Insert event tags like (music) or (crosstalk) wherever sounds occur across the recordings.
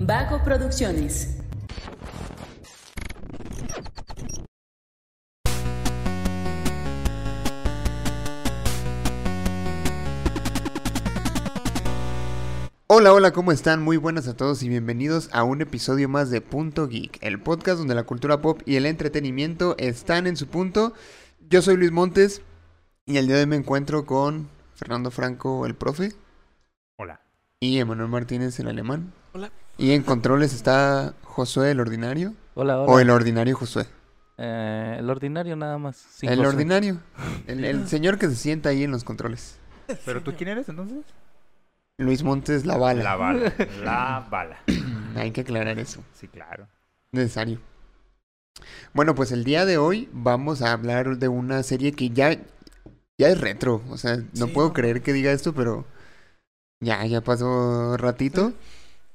Vago Producciones. Hola, hola, ¿cómo están? Muy buenas a todos y bienvenidos a un episodio más de Punto Geek, el podcast donde la cultura pop y el entretenimiento están en su punto. Yo soy Luis Montes y el día de hoy me encuentro con Fernando Franco, el profe, Hola. y Emanuel Martínez, el alemán. Hola. Y en controles está Josué, el ordinario, Hola, hola. o el ordinario Josué. Eh, el ordinario nada más. sin el cosa. ordinario, el, (laughs) el señor que se sienta ahí en los controles. ¿Pero tú quién eres entonces? Luis Montes, la bala. La bala. La bala. Hay que aclarar eso. Sí, claro. Necesario. Bueno, pues el día de hoy vamos a hablar de una serie que ya, ya es retro. O sea, no Sí, puedo ¿no? creer que diga esto, pero ya, ya pasó ratito.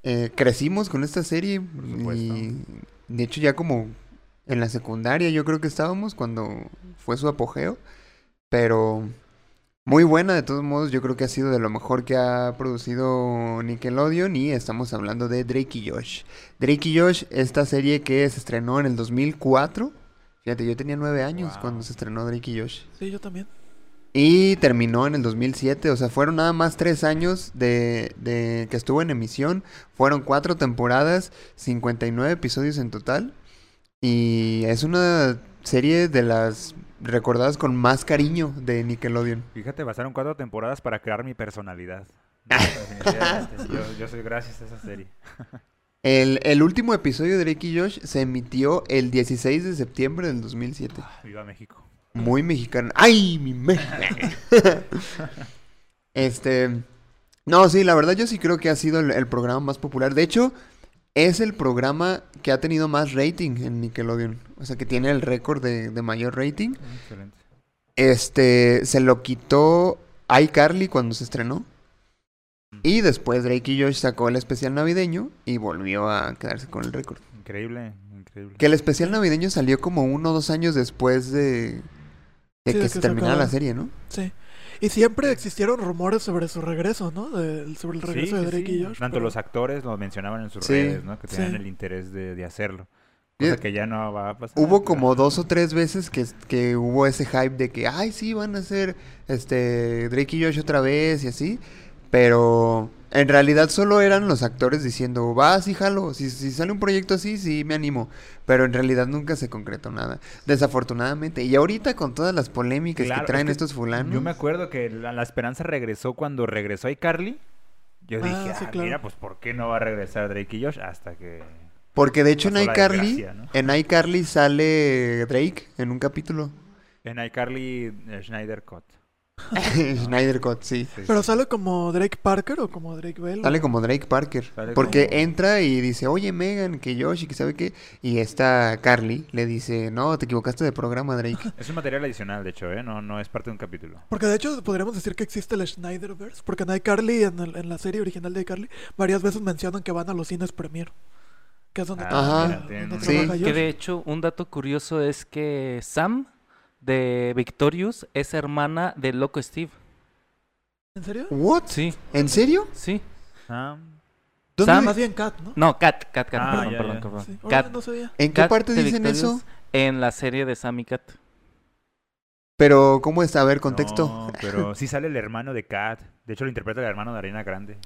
Eh, crecimos con esta serie supuesto. y de hecho ya como en la secundaria yo creo que estábamos cuando fue su apogeo, pero muy buena de todos modos, yo creo que ha sido de lo mejor que ha producido Nickelodeon y estamos hablando de Drake y Josh. Drake y Josh, esta serie que se estrenó en el 2004, fíjate, yo tenía nueve años Wow. cuando se estrenó Drake y Josh. Sí, yo también. Y terminó en el 2007, o sea, fueron nada más tres años de, de que estuvo en emisión. Fueron cuatro temporadas, 59 episodios en total. Y es una serie de las recordadas con más cariño de Nickelodeon. Fíjate, bastaron cuatro temporadas para crear mi personalidad. (laughs) Definitivamente. yo, yo soy gracias a esa serie. El, el último episodio de Drake y Josh se emitió el 16 de septiembre del 2007. Viva México. Muy mexicano. ¡Ay, mi México! (laughs) este. No, sí, la verdad yo sí creo que ha sido el, el programa más popular. De hecho, es el programa que ha tenido más rating en Nickelodeon. O sea, que tiene el récord de, de mayor rating. Excelente. Este. Se lo quitó iCarly cuando se estrenó. Y después Drake y Josh sacó el especial navideño y volvió a quedarse con el récord. Increíble, increíble. Que el especial navideño salió como uno o dos años después de, de que Sí, de se que se terminara la acabara. serie, ¿no? Sí. Y siempre existieron rumores sobre su regreso, ¿no? De- sobre el regreso de Drake y Josh. Tanto pero- los actores lo mencionaban en sus Sí. redes, ¿no? Que tenían Sí. el interés de, de hacerlo. Y- Cosa que ya no va a pasar. Hubo como dos o tres veces que, que hubo ese hype de que, ay, sí, van a ser este, Drake y Josh otra vez y así. Pero en realidad solo eran los actores diciendo, va, sí, jalo. Si, si sale un proyecto así, sí, me animo. Pero en realidad nunca se concretó nada. Desafortunadamente. Y ahorita con todas las polémicas Claro, que es traen que estos fulanos. Yo me acuerdo que la, la esperanza regresó cuando regresó iCarly. Yo Ah, dije, sí, "Ah, claro. mira, pues ¿por qué no va a regresar Drake y Josh? Hasta que... Porque de hecho en pasó la iCarly, desgracia, ¿no? en iCarly sale Drake en un (laughs) capítulo. (laughs) En iCarly, eh, Schneider Cut. Schneider Cut, sí. Sí, Pero sí. sale como Drake Parker o como Drake Bell. Sale como Drake Parker. Sale porque como- entra y dice, oye, Megan, que Josh y que sabe qué. Y esta Carly le dice, no, te equivocaste de programa, (laughs) Drake. Es un material adicional, de hecho, ¿eh? No, no es parte de un capítulo. Porque de hecho podríamos decir que existe el Schneiderverse. Porque en iCarly, en, el- en la serie original de iCarly, varias veces mencionan que van a los cines Premier. Que es donde, Ah, trabaja- mira, tienen donde un- Sí. trabaja Que Josh. de hecho, un dato curioso es que Sam de Victorious es hermana de Loco Steve. ¿En serio? ¿What? Sí, ¿En serio? sí. Ah, ¿Dónde- Sam- Más bien Cat, ¿no? No, Kat, Kat, Kat, Ah, perdón, ya, perdón, ya. perdón. Sí. Kat- Ahora no sabía. ¿En qué Kat parte de dicen eso? Victorious En la serie de Sam y Kat. Pero, ¿cómo está? A ver, contexto. No, (laughs) pero sí sale el hermano de Kat. De hecho, lo interpreta el hermano de (laughs) Arena Grande.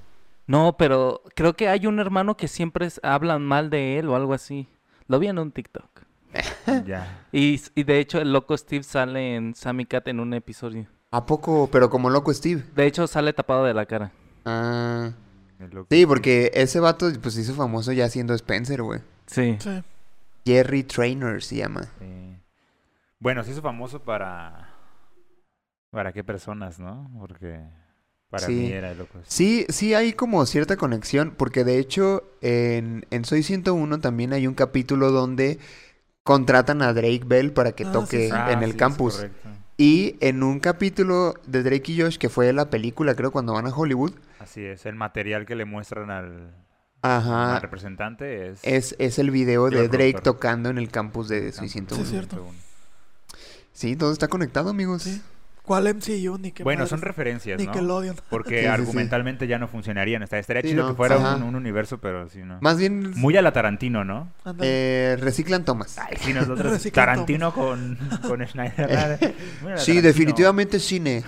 No, pero creo que hay un hermano que siempre es- hablan mal de él o algo así. Lo vi en un TikTok. ya. Y, y de hecho, el loco Steve sale en Sam y Kat en un episodio. ¿A poco? Pero como loco Steve. De hecho, sale tapado de la cara. Ah. es lo que- Sí, porque ese vato pues se hizo famoso ya siendo Spencer, güey. Sí. Sí. Jerry Trainer se llama. Sí. Bueno, se hizo famoso para... ¿Para qué personas, no? Porque para Sí. mí era el loco. Sí, sí hay como cierta conexión, porque de hecho en, en Soy 101 también hay un capítulo donde contratan a Drake Bell para que Ah, sí, toque sí. Ah, en el sí, es campus. correcto. Y en un capítulo de Drake y Josh, que fue la película, creo, cuando van a Hollywood, Así es, el material que le muestran al, al ajá, representante es... es, eh, es el video Lleva de el Drake productor. tocando en el campus de el Soy campus. 101. Sí, cierto. Sí, todo está conectado, amigos. Sí. ¿Cuál MCU? Ni que Bueno, son referencias, ¿no? Nickelodeon. Porque Sí, sí, sí. argumentalmente ya no funcionarían. Está, estaría Sí, chido no, que fuera ajá. un, un universo, pero sí, no. Más bien Muy a la Tarantino, ¿no? Ándale. eh, reciclan tomas. Ay, sí, nosotros. Reciclan Tarantino con, (laughs) con Schneider. Muy a la Sí, Tarantino. definitivamente cine.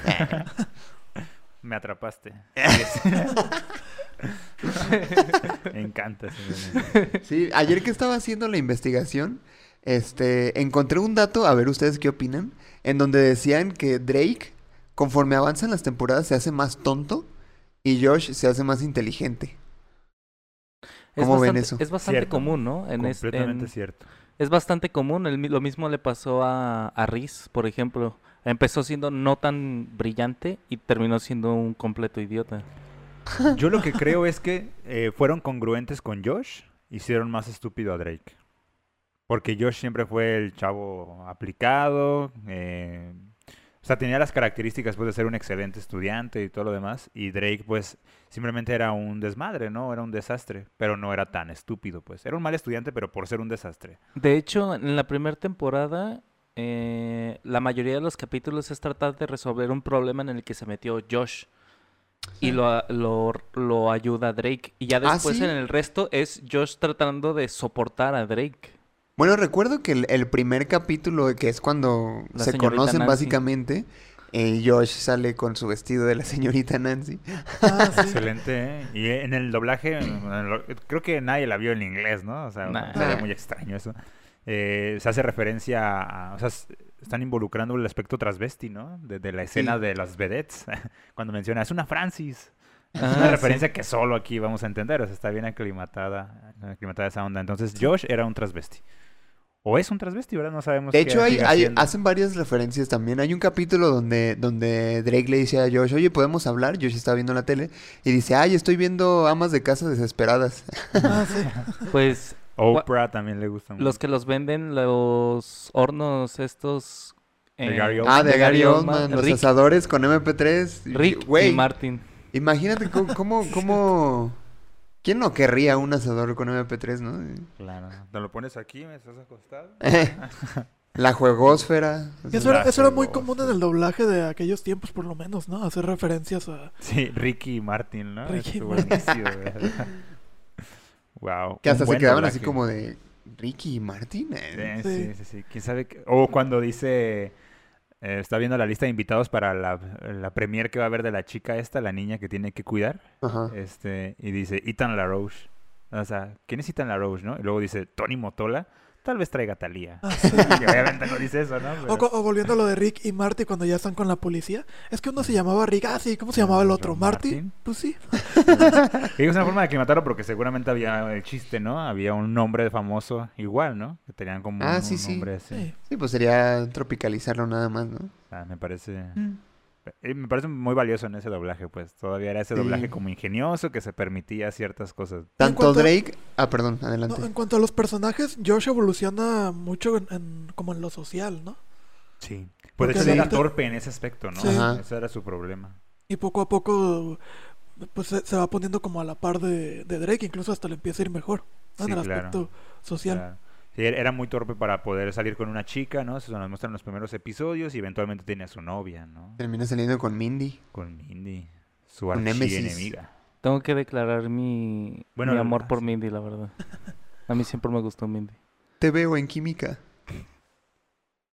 (laughs) Me atrapaste. (laughs) Yes. Me encanta ese meme. Sí, ayer que estaba haciendo la investigación, este, encontré un dato, a ver ustedes qué opinan, en donde decían que Drake, conforme avanzan las temporadas, se hace más tonto y Josh se hace más inteligente. Es ¿Cómo ven bastante, eso? Es bastante Cierto. común, ¿no? En es- Completamente en- cierto. Es bastante común. el mi- lo mismo le pasó a, a Riz, por ejemplo. Empezó siendo no tan brillante y terminó siendo un completo idiota. Yo lo que creo es que eh, fueron congruentes con Josh, hicieron más estúpido a Drake. Porque Josh siempre fue el chavo aplicado, eh, o sea, tenía las características pues, de ser un excelente estudiante y todo lo demás. Y Drake, pues, simplemente era un desmadre, ¿no? Era un desastre, pero no era tan estúpido, pues. Era un mal estudiante, pero por ser un desastre. De hecho, en la primera temporada, eh, la mayoría de los capítulos es tratar de resolver un problema en el que se metió Josh. Y lo, a- lo, lo ayuda Drake. Y ya ¿Ah, después sí? en el resto es Josh tratando de soportar a Drake. Bueno, recuerdo que el, el primer capítulo, que es cuando La se señorita conocen Nancy. básicamente, eh, Josh sale con su vestido de la señorita Nancy. Ah, (laughs) sí. Excelente, ¿eh? Y en el doblaje, en el do- creo que nadie la vio en inglés, ¿no? O sea, Nah. sería Nah. muy extraño eso. Eh, se hace referencia a. O sea, s- están involucrando el aspecto transvesti, ¿no? De, de la escena Sí. de las vedettes. (laughs) Cuando menciona, es una Francis. Es Ah, una sí. referencia que solo aquí vamos a entender. O sea, está bien aclimatada, aclimatada esa onda. Entonces, Josh era un transvesti. O es un transvesti, ¿verdad? No sabemos. De qué hecho, hay, siga hay- siendo. hacen varias referencias también. Hay un capítulo donde, donde Drake le dice a Josh, oye, ¿podemos hablar? Josh está viendo la tele y dice, ay, estoy viendo amas de casa desesperadas. Ah, sí. Pues Oprah también le gusta mucho. los que los venden, los hornos estos... eh, De Gary Oldman. ah, de Gary Oldman, los Rick, asadores con MP3. Y- Rick güey, y Martin. Imagínate cómo, cómo, (laughs) cómo- ¿Quién no querría un asador con MP3, (laughs) no? Claro. Te lo pones aquí, me estás acostado. la juegosfera. o Y sea, Eso era, Las eso era muy cosas. común en el doblaje de aquellos tiempos, por lo menos, ¿no? Hacer referencias a... Sí, Ricky Martin, ¿no? Ricky Estuvo Martin. buenísimo, ¿verdad? (laughs) wow. que un hasta se buen quedaban así doblaje. como de Ricky y Martin. eh. Sí, Sí. sí, sí, sí. ¿Quién sabe qué- O cuando dice... eh, está viendo la lista de invitados para la, la premier que va a haber de la chica esta, la niña que tiene que cuidar. Ajá. Este, y dice Ethan LaRoche. O sea, ¿quién es Ethan LaRoche, no? Y luego dice Tony Motola. Tal vez traiga Talía. (laughs) y obviamente no dice eso, ¿no? Ah, O, Pero- cu- o volviendo a lo de Rick y Marty cuando ya están con la policía. Es que uno se llamaba Rick. Ah, sí. ¿Cómo se llamaba el otro? John ¿Marty? Martin. Pues sí. Y es una forma de aclimatarlo porque seguramente había el chiste, ¿no? Había un nombre famoso igual, ¿no? Que tenían como Ah, un, sí, un sí. nombre así. Sí. Sí, pues sería tropicalizarlo nada más, ¿no? Ah, me parece... eh, Me parece muy valioso en ese doblaje, pues. Todavía era ese Sí. doblaje como ingenioso que se permitía ciertas cosas. Tanto cuanto a- Drake. Ah, perdón, No, adelante. en cuanto a los personajes, Josh evoluciona mucho en, en- como en lo social, ¿no? Sí. Pues Porque de hecho él era ahorita- torpe en ese aspecto, ¿no? Sí. Ajá. Ese era su problema. Y poco a poco pues se, se va poniendo como a la par de, de Drake. Incluso hasta le empieza a ir mejor. ¿no? Sí, en el claro. aspecto social. Claro. Sí, él era muy torpe para poder salir con una chica, ¿no? Eso nos muestran los primeros episodios y eventualmente tiene a su novia, ¿no? Termina saliendo con Mindy. Con Mindy, su Con Némesis. archienemiga. Tengo que declarar mi, Bueno, mi la- amor ah, por sí. Mindy, la verdad. A mí siempre me gustó Mindy. Te veo en química.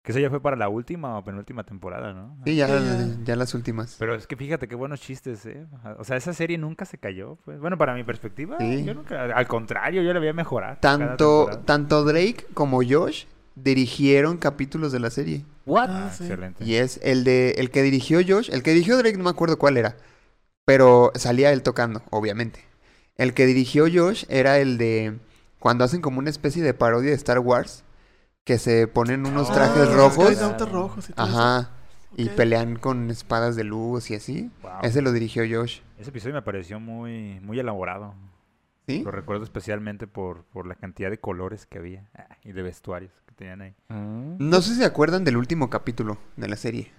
Que eso ya fue para la última o penúltima temporada, ¿no? Sí, ya, Sí, ya. ya las últimas. Pero es que fíjate qué buenos chistes, ¿eh? O sea, esa serie nunca se cayó, pues. Bueno, para mi perspectiva, Sí. yo nunca, al contrario, yo la voy a mejorar. cada Tanto, temporada. tanto Drake como Josh dirigieron capítulos de la serie. ¿What? Ah, Ah, sí. excelente. Y es el de el que dirigió Josh, el que dirigió Drake no me acuerdo cuál era, pero salía él tocando, obviamente. El que dirigió Josh era el de cuando hacen como una especie de parodia de Star Wars, que se ponen unos Ah, trajes los rojos, Skynautas rojos y todo eso. ajá, y Ok. pelean con espadas de luz y así. Wow. Ese lo dirigió Josh, Ese episodio me pareció muy, muy elaborado. ¿sí? Lo recuerdo especialmente por, por la cantidad de colores que había ah, y de vestuarios que tenían ahí. Ah. No sé si se acuerdan del último capítulo de la serie.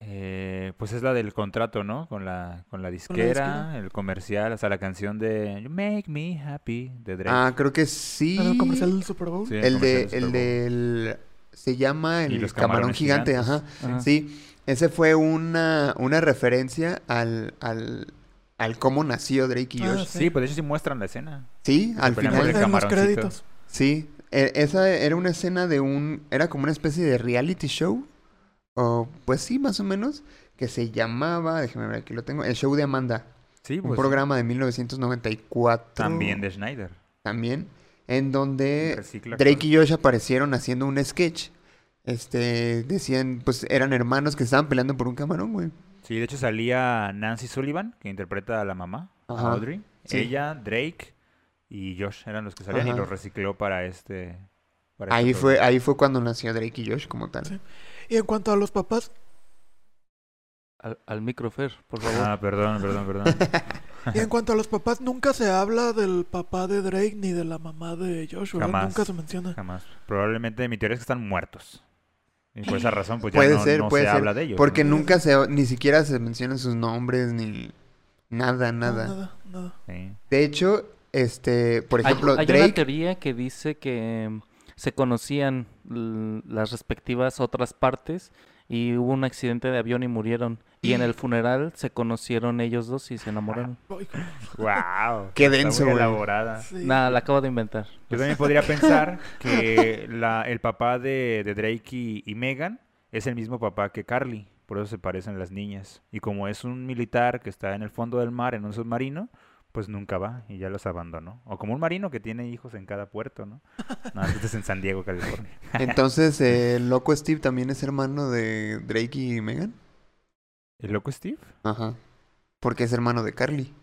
Eh, pues es la del contrato, ¿no? Con la, con la disquera, disquera. el comercial, o sea, la canción de You Make Me Happy de Drake. Ah, creo que sí. En el comercial del Super Bowl. Sí, El comercial de, Super el Bowl. del se llama Y el los camarón camarones gigante, gigantes. Ah. ajá. Ajá. Sí, Ese fue una, una referencia al, al, al cómo nació Drake y Ah, Josh. sí. Sí, pues de hecho sí muestran la escena. Sí, al Pero Ahí Ponen final. el en los camaroncito. créditos. Sí, e- esa era una escena de un, era como una especie de reality show, o pues sí, más o menos, que se llamaba, déjame ver, aquí lo tengo, El Show de Amanda, Sí, un pues programa de 1994. también de Schneider. También, en donde Recicla Drake cosas. y Josh aparecieron haciendo un sketch. Este, decían, pues eran hermanos que estaban peleando por un camarón, güey. Sí, de hecho salía Nancy Sullivan, que interpreta a la mamá, a Ajá, Audrey. sí. Ella, Drake y Josh eran los que salían y Ajá. los recicló para este. para este Ahí fue, programa. ahí fue cuando nació Drake y Josh como tal. Sí. Y en cuanto a (laughs) los papás, Al, al microfer, por favor. Ah, perdón, perdón, (laughs) perdón. y en cuanto a los papás, nunca se habla del papá de Drake ni de la mamá de Josh, ¿verdad? Jamás. Nunca se menciona. Jamás. Probablemente mi teoría es que están muertos. Y por esa razón, pues ya Puede no, ser, no puede se ser, habla de ellos. Porque ¿no? nunca se, ni siquiera se mencionan sus nombres ni nada, No, nada. nada, nada. ¿no? Sí. De hecho, este, por Hay- ejemplo, hay, una (laughs) Drake, teoría que dice que mm, se conocían l- las respectivas otras partes y hubo un accidente de avión y murieron. Y en el funeral se conocieron ellos dos y se Ah, enamoraron. Ay, ¡Wow! (laughs) Qué Está denso, muy güey. elaborada. sí. Nada, la acabo de inventar. Yo también podría pensar que la- el papá de, de Drake y, y Megan es el mismo papá que Carly. Por eso se parecen las niñas. Y como es un militar que está en el fondo del mar en un submarino, pues nunca va y ya los abandonó. O como un marino que tiene hijos en cada puerto, ¿no? No, esto es en San Diego, California. entonces, eh, Loco Steve también es hermano de Drake y Megan. ¿El loco Steve? Ajá. Porque es hermano de Carly.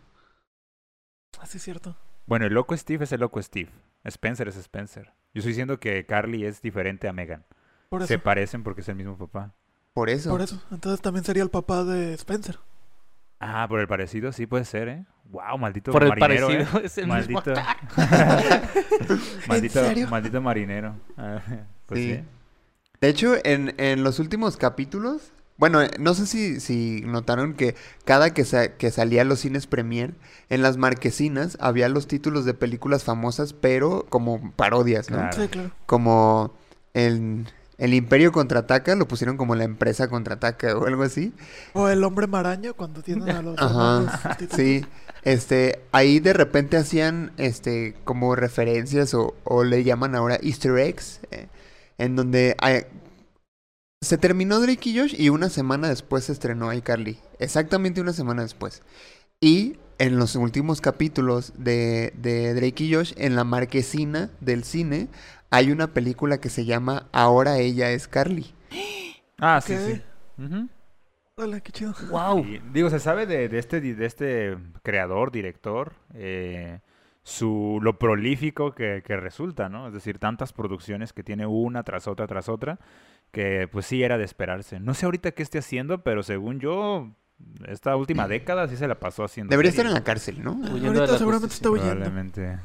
Así es cierto. Bueno, el loco Steve es el loco Steve. Spencer es Spencer. Yo estoy diciendo que Carly es diferente a Megan. Por eso. Se parecen porque es el mismo papá. Por eso. Por eso. Entonces también sería el papá de Spencer. Ah, por el parecido sí puede ser, ¿eh? Wow, maldito Por el marinero, ¿eh? parecido, (laughs) es el este mismo maldito. (laughs) maldito, maldito marinero. Ah, pues sí. Sí. De hecho, en, en los últimos capítulos, bueno, eh, no sé si, si notaron que cada que, sa- que salía a los cines premier, en las marquesinas había los títulos de películas famosas, pero como parodias, ¿no? Claro. Sí, claro. Como el, el Imperio Contraataca, lo pusieron como la empresa contraataca o algo así. O el hombre maraña cuando tienen a (laughs) los Ajá, hermanos sustitutos. Sí, este, ahí de repente hacían, este, como referencias o, o le llaman ahora Easter eggs, eh, en donde hay- se terminó Drake y Josh y una semana después se estrenó iCarly, exactamente una semana después. Y en los últimos capítulos de, de Drake y Josh, en la marquesina del cine, hay una película que se llama Ahora ella es Carly. Ah, sí, Ok. sí. Ujú. Órale, qué chido. ¡Wow! Y, digo, se sabe de, de este, di- de este creador, director, eh, su, lo prolífico que, que resulta, ¿no? Es decir, tantas producciones que tiene una tras otra tras otra, que pues sí era de esperarse. No sé ahorita qué esté haciendo, pero según yo, esta última década sí se la pasó haciendo. Debería estar en series. la cárcel, ¿no? Huyendo de Ahorita la seguramente justicia. está huyendo. Probablemente.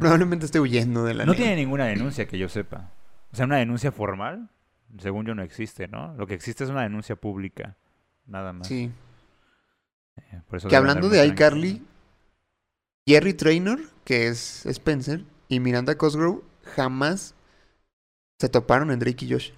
Probablemente esté huyendo de la No ley. tiene ninguna denuncia que yo sepa. O sea, una denuncia formal, según yo, no existe, ¿no? Lo que existe es una denuncia pública, nada más. Sí. Eh, por eso Que debe andar hablando muy de tranquilo. iCarly, Jerry Traynor, que es Spencer, y Miranda Cosgrove jamás se toparon en Drake y Josh.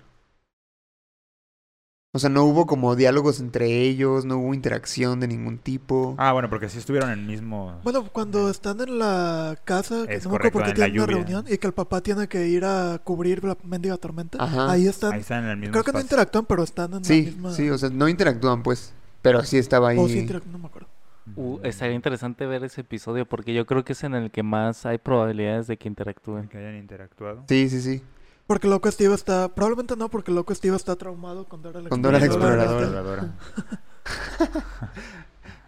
O sea, no hubo como diálogos entre ellos, no hubo interacción de ningún tipo. Ah, bueno, porque sí estuvieron en el mismo... Bueno, cuando están en la casa, que Es no me correcto, acuerdo por qué en la tienen una lluvia. reunión y que el papá tiene que ir a cubrir la mendiga tormenta, Ajá. ahí están. Ahí están en el mismo Creo que no espacio. interactúan, pero están en la sí, misma. sí, o sea, no interactúan pues, pero sí estaba ahí. O sí interactúan, no me acuerdo. Uh, estaría interesante ver ese episodio porque yo creo que es en el que más hay probabilidades de que interactúen. Que hayan interactuado. Sí, sí, sí. Porque Loco Steve está. Probablemente no, porque Loco Steve está traumado con Dora la Con Dora la Exploradora. Exploradora.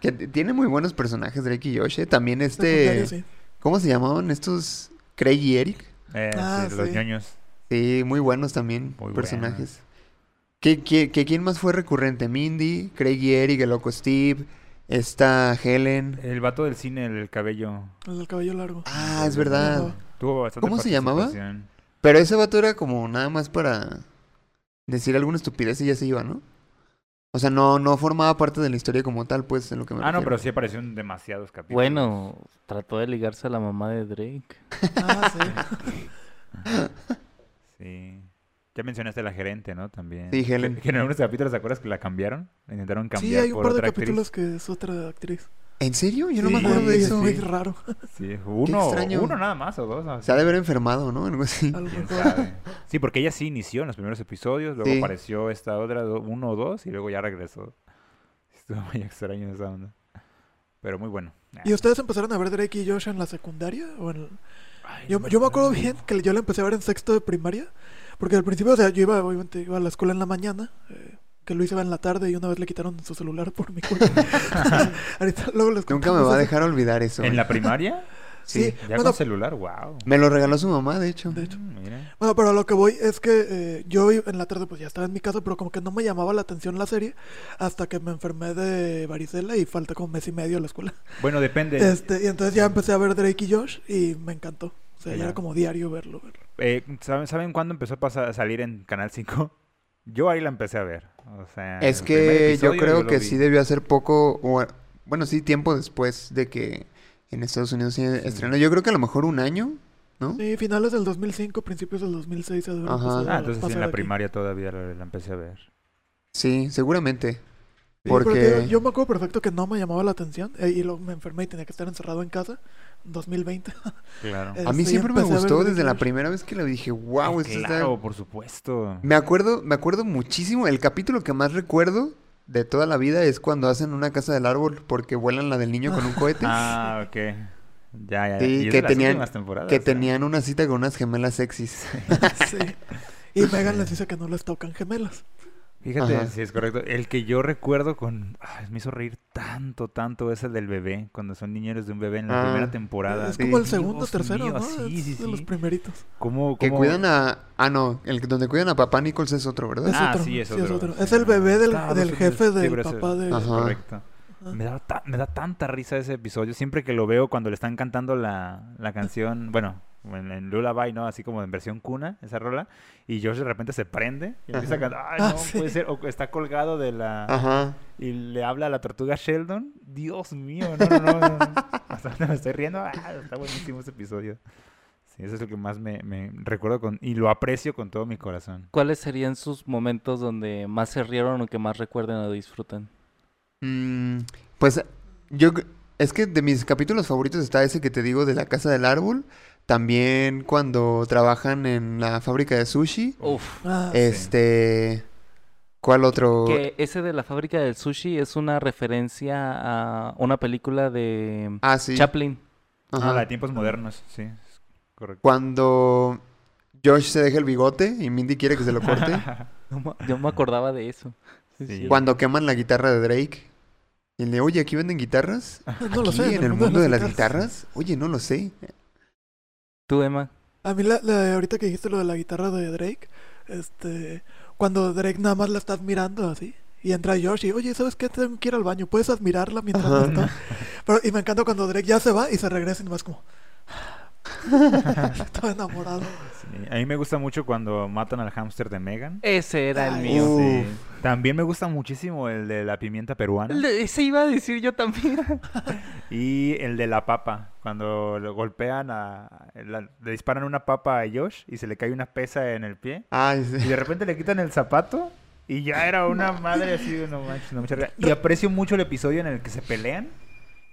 Que t- tiene muy buenos personajes Drake y Josh. eh. También Secundario, este... sí. ¿Cómo se llamaban estos? Craig y Eric. Eh, Ah, sí, los sí. ñoños. Sí, muy buenos también Muy personajes. ¿Qué, qué, qué- quién más fue recurrente? Mindy, Craig y Eric, el loco Steve, está Helen. El vato del cine, el cabello. El del cabello largo. Ah, es verdad. Ajá. Tuvo bastante ¿Cómo se llamaba? participación. Pero ese vato era como nada más para decir alguna estupidez y ya se iba, ¿no? O sea, no, no formaba parte de la historia como tal, pues, en lo que me Ah, no, pero refiero. sí apareció en demasiados capítulos. Bueno, trató de ligarse (laughs) a la mamá de Drake. Ah, sí. Sí. Ya mencionaste a la gerente, ¿no? También. Sí, Helen. Que, que en algunos capítulos, ¿te acuerdas que la cambiaron? La Intentaron Sí, cambiar hay un por par de otra actriz. capítulos que es otra actriz. ¿En serio? Yo no Sí, me acuerdo de es eso. muy raro. Sí, uno, extraño. uno nada más o dos. así. Se ha de haber enfermado, ¿no? Algo (laughs) así. A lo ¿Quién mejor. sabe? Sí, porque ella sí inició en los primeros episodios, luego Sí. apareció esta otra, do- uno o dos, y luego ya regresó. (laughs) Estuvo muy extraño esa onda. Pero muy bueno. Ah. ¿Y ustedes empezaron a ver Drake y Josh en la secundaria? ¿O en... Ay, yo, no yo me acuerdo bien que yo la empecé a ver en sexto de primaria. Porque al principio, o sea, yo iba, obviamente, iba a la escuela en la mañana. eh, que Luis iba en la tarde y una vez le quitaron su celular por (laughs) mi culpa. (laughs) Ahorita luego les Nunca me contamos va a eso. dejar olvidar eso. ¿En eh. la primaria? Sí, Sí, Ya bueno, con celular, wow. Me lo regaló su mamá, de hecho. De- Mira. Bueno, pero a lo que voy es que eh, yo i- en la tarde pues ya estaba en mi casa, pero como que no me llamaba la atención la serie hasta que me enfermé de varicela y falta como mes y medio a la escuela. Bueno, depende. Este, y entonces ya empecé a ver Drake y Josh y me encantó. O sea, Ya. ya era como diario verlo. verlo. Eh, ¿saben, ¿Saben cuándo empezó a, pasar- a salir en Canal 5? (laughs) Yo ahí la empecé a ver. O sea, Es el primer que yo episodio creo lo que vi. sí debió hacer poco, o, bueno, sí, tiempo después de que en Estados Unidos se estrenó. Yo creo que a lo mejor un año, ¿no? Sí, finales del 2005, principios del 2006. se debería Ajá. pasar- Ah, entonces sí, pasar en la pues, aquí. primaria todavía la, la empecé a ver. Sí, seguramente. Sí, pero te digo, Porque... yo me acuerdo perfecto que no me llamaba la atención eh, y luego me enfermé y tenía que estar encerrado en casa. 2020. Claro. Eh, A mí Sí, siempre me empecé a ver gustó Drake desde la Josh. primera vez que la vi, dije, wow, Eh, esto está-". claro, por supuesto. Me acuerdo, me acuerdo muchísimo, el capítulo que más recuerdo de toda la vida es cuando hacen una casa del árbol porque vuelan la del niño con (laughs) un cohete. Ah, ok. Ya, ya. ya. Sí, Y es que de las tenían- últimas temporadas, que ¿eh? tenían una cita con unas gemelas (laughs) sexys. (laughs) sí. Y Megan les dice que no les tocan gemelas. Fíjate, Ajá. si es correcto. El que yo recuerdo con... Ay, me hizo reír tanto, tanto es el del bebé, cuando son niñeros de un bebé en la Ah. primera temporada. Es como el Dios segundo, tercero, mío, ¿no? Sí, Es sí, de los sí. primeritos. ¿Cómo- Que cómo- cuidan a... Ah, no, el que- donde cuidan a papá Nichols es otro, ¿verdad? Es Ah, otro, sí, es sí, otro. es otro. sí, Es el no, bebé del- está, del sí, jefe sí, del pero ese- papá de- es Ajá. correcto. Ajá. Me da, ta- me da tanta risa ese episodio. Siempre que lo veo cuando le están cantando la, la canción, bueno, en, en Lullaby, ¿no? Así como en versión cuna, esa rola. Y Josh de repente se prende y empieza a Ajá. cantar. Ay, Ah, no, sí. puede ser. O está colgado de la... Ajá. Y le habla a la tortuga Sheldon. Dios mío, no, no, no. no, no. Hasta ahorita me estoy riendo. Ah, está buenísimo ese episodio. Sí, eso es lo que más me, me recuerdo con, y lo aprecio con todo mi corazón. ¿Cuáles serían sus momentos donde más se rieron o que más recuerden o disfruten? Mm, pues yo... cre- Es que de mis capítulos favoritos está ese que te digo de la casa del árbol. También cuando trabajan en la fábrica de sushi. Uf. Ah, Eh, Este... ¿Cuál otro? Que ese de la fábrica del sushi es una referencia a una película de Ah, sí. Chaplin. Ah, Ajá. la de tiempos modernos, sí. es Correcto. Cuando Josh se deja el bigote y Mindy quiere que se lo corte. No ma- Yo me acordaba de eso. Sí, Sí. sí. Cuando queman la guitarra de Drake. Y le, oye, ¿aquí venden guitarras? no lo ¿Aquí, sé. en el mundo de las guitarras. guitarras? Oye, no lo sé. Tú, Emma. A mí, la, la- ahorita que dijiste lo de la guitarra de Drake, este, cuando Drake nada más la está admirando así, y entra Josh y, oye, ¿sabes qué? Tengo que ir al baño, puedes admirarla mientras no Ajá. está. Pero, y me encanta cuando Drake ya se va y se regresa y nomás como. (laughs) Estaba enamorado. (laughs) Sí, A mí me gusta mucho cuando matan al hámster de Megan. Ese era el Ay, mío. Uf. Sí. También me gusta muchísimo el de la pimienta peruana. Le- Ese iba a decir yo también. Y el de la papa, cuando lo golpean a... la- le disparan una papa a Josh y se le cae una pesa en el pie. Ah, Y (laughs) sí. de repente le quitan el zapato y ya era una madre así de no manches, no mucha rea- Y aprecio mucho el episodio en el que se pelean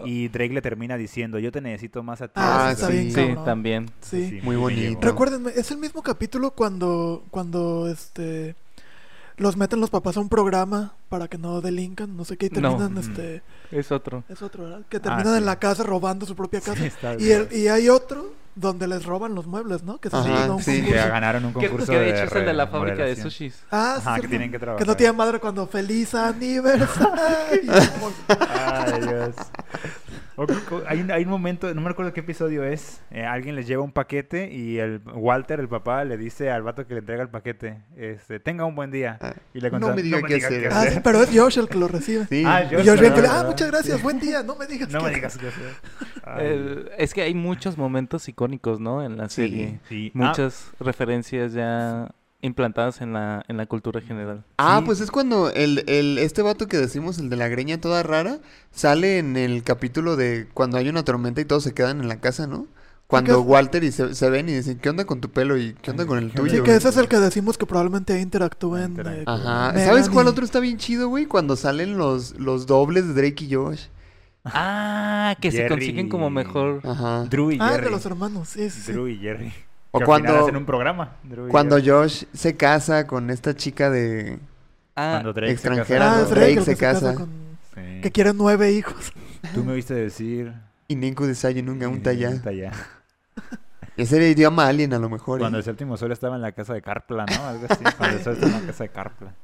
y Drake le termina diciendo, yo te necesito más a ti. Ah, Ah, está sí. bien, Sí, cabrón. también. Sí. Muy me bonito. llegó. Recuérdenme, es el mismo capítulo cuando, cuando este los meten los papás a un programa para que no delincan, no sé qué, y No. terminan Ujú. este, Es otro. es otro, ¿verdad? Que terminan Ah, sí. en la casa robando su propia casa. Sí, está Y, el- bien. y hay otro donde les roban los muebles, ¿no? Que se Ajá, meten a un sí. (laughs) Que concurso. ganaron un Que, concurso que de hecho es el de la remodelación. fábrica de sushis. Ah, sí, Ajá, que cierto. tienen que trabajar. no tiene madre cuando feliz (laughs) aniversario. Ay, Dios. (laughs) O- o- Hay un, hay un momento, no me acuerdo qué episodio es. eh, alguien les lleva un paquete y el Walter, el papá, le dice al vato que le entrega el paquete, este, tenga un buen día. Ah, Y le no contesta, me diga qué hacer". ah, sí, pero es Josh el que lo recibe. Sí. Ah, Y Josh, Josh bien ¿verdad? feliz, ah, muchas gracias, buen día, no me digas. No que- me digas qué hacer. Ay, El- es que hay muchos momentos icónicos, ¿no? En la Sí. serie. sí. Ah, Muchas referencias ya implantadas en la, en la cultura general. Ah, Sí. pues es cuando el, el, este vato que decimos, el de la greña toda rara, sale en el capítulo de cuando hay una tormenta y todos se quedan en la casa, ¿no? Cuando Chicas- Walter y se, se ven y dicen, ¿qué onda con tu pelo? ¿Y qué onda con el Sí, que tuyo? Sí, que güey?" ese es el que decimos que probablemente interactúen. Interactúen. eh, con Ajá. Megan ¿Sabes cuál y- otro está bien chido, güey? Cuando salen los, los dobles de Drake y Josh. Ah, que se consiguen como Jerry. mejor. Ajá. Drew y Ah, Jerry. de los hermanos, sí, sí. sí. Drew y Jerry. O que al cuando- final hacen un programa. Drew y Cuando Jerry. Josh se casa con esta chica de... Ah, Cuando Drake se casa extranjera, Ah, ¿no? es con- Drake, Drake el se que se casa. casa. con- Sí. Que quiere nueve hijos. Tú me oíste decir. Y Ninku de nunca un eh, talla. talla. Ese era idioma alien a lo mejor. Cuando ¿eh? el séptimo sol estaba en la casa de Carpla, ¿no? Algo así. Cuando el sol estaba en la casa de Carpla.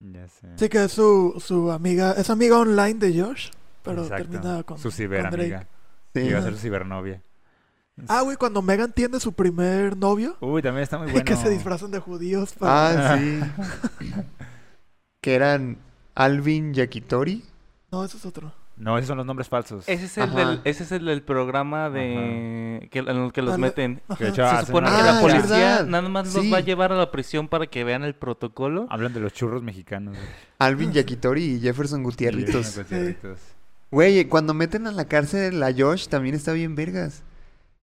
Ya sé. Sí, que es su, su amiga, es amiga online de Josh, pero Exacto. termina con. Su con Drake. ciberamiga. Sí. Que iba a ser su cibernovia. Ah, güey, cuando Megan tiene su primer novio, Uy, también está muy bueno. (laughs) que se disfrazan de judíos para. Ah, sí. (laughs) que eran Alvin Yakitori. No, eso es otro. No, esos son los nombres falsos. Ese es el, Ajá. del, ese es el del programa de que, en el que los Ah, la- meten. Ajá. Que de hecho Se hacen supone una que la Ah, lucha. policía ¿verdad? nada más los va a Sí. llevar a la prisión para que vean el protocolo. Hablan de los churros mexicanos. güey. Alvin Yakitori y Jefferson Sí, pues. Gutierritos. con tierritos. Güey, cuando meten a la cárcel a Josh también está bien vergas.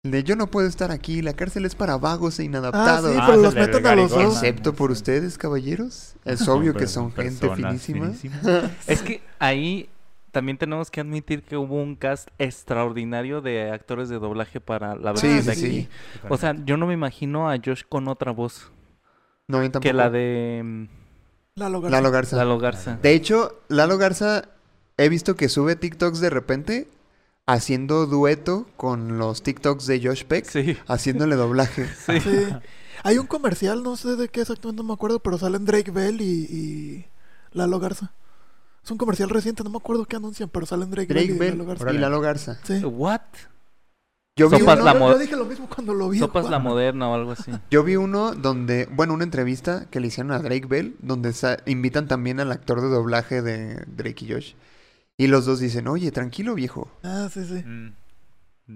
El De yo no puedo estar aquí, la cárcel es para vagos e inadaptados. Sí, Ah, pero es los el de meten a los Garigol, dos. ¿no? Excepto por ustedes, caballeros. (laughs) Es obvio que son gente personas finísima. finísimas. Es que ahí también tenemos que admitir que hubo un cast extraordinario de actores de doblaje para la versión Sí, Ah, de sí, aquí. sí. O sea, yo no me imagino a Josh con otra voz No, yo tampoco. que la de mm, Lalo Garza. Lalo Garza. Lalo Garza. De hecho, Lalo Garza he visto que sube TikToks de repente haciendo dueto con los TikToks de Josh Peck, Sí, haciéndole doblaje. sí. Sí. Hay un comercial, no sé de qué exactamente, no me acuerdo, pero salen Drake Bell y, y Lalo Garza. Es un comercial reciente, no me acuerdo qué anuncian, pero salen Drake, Drake Bell y Bell Lalo Garza. y Lalo Garza. Sí. What? Yo vi, Sopas uno, la yo, mo- yo dije lo mismo cuando lo vi. Ah, Sopas la Juan. moderna o algo así. yo vi uno donde, bueno, una entrevista que le hicieron a Drake Bell, donde sa- invitan también al actor de doblaje de Drake y Josh. Y los dos dicen, oye, tranquilo viejo. Ah, sí, sí. Mm.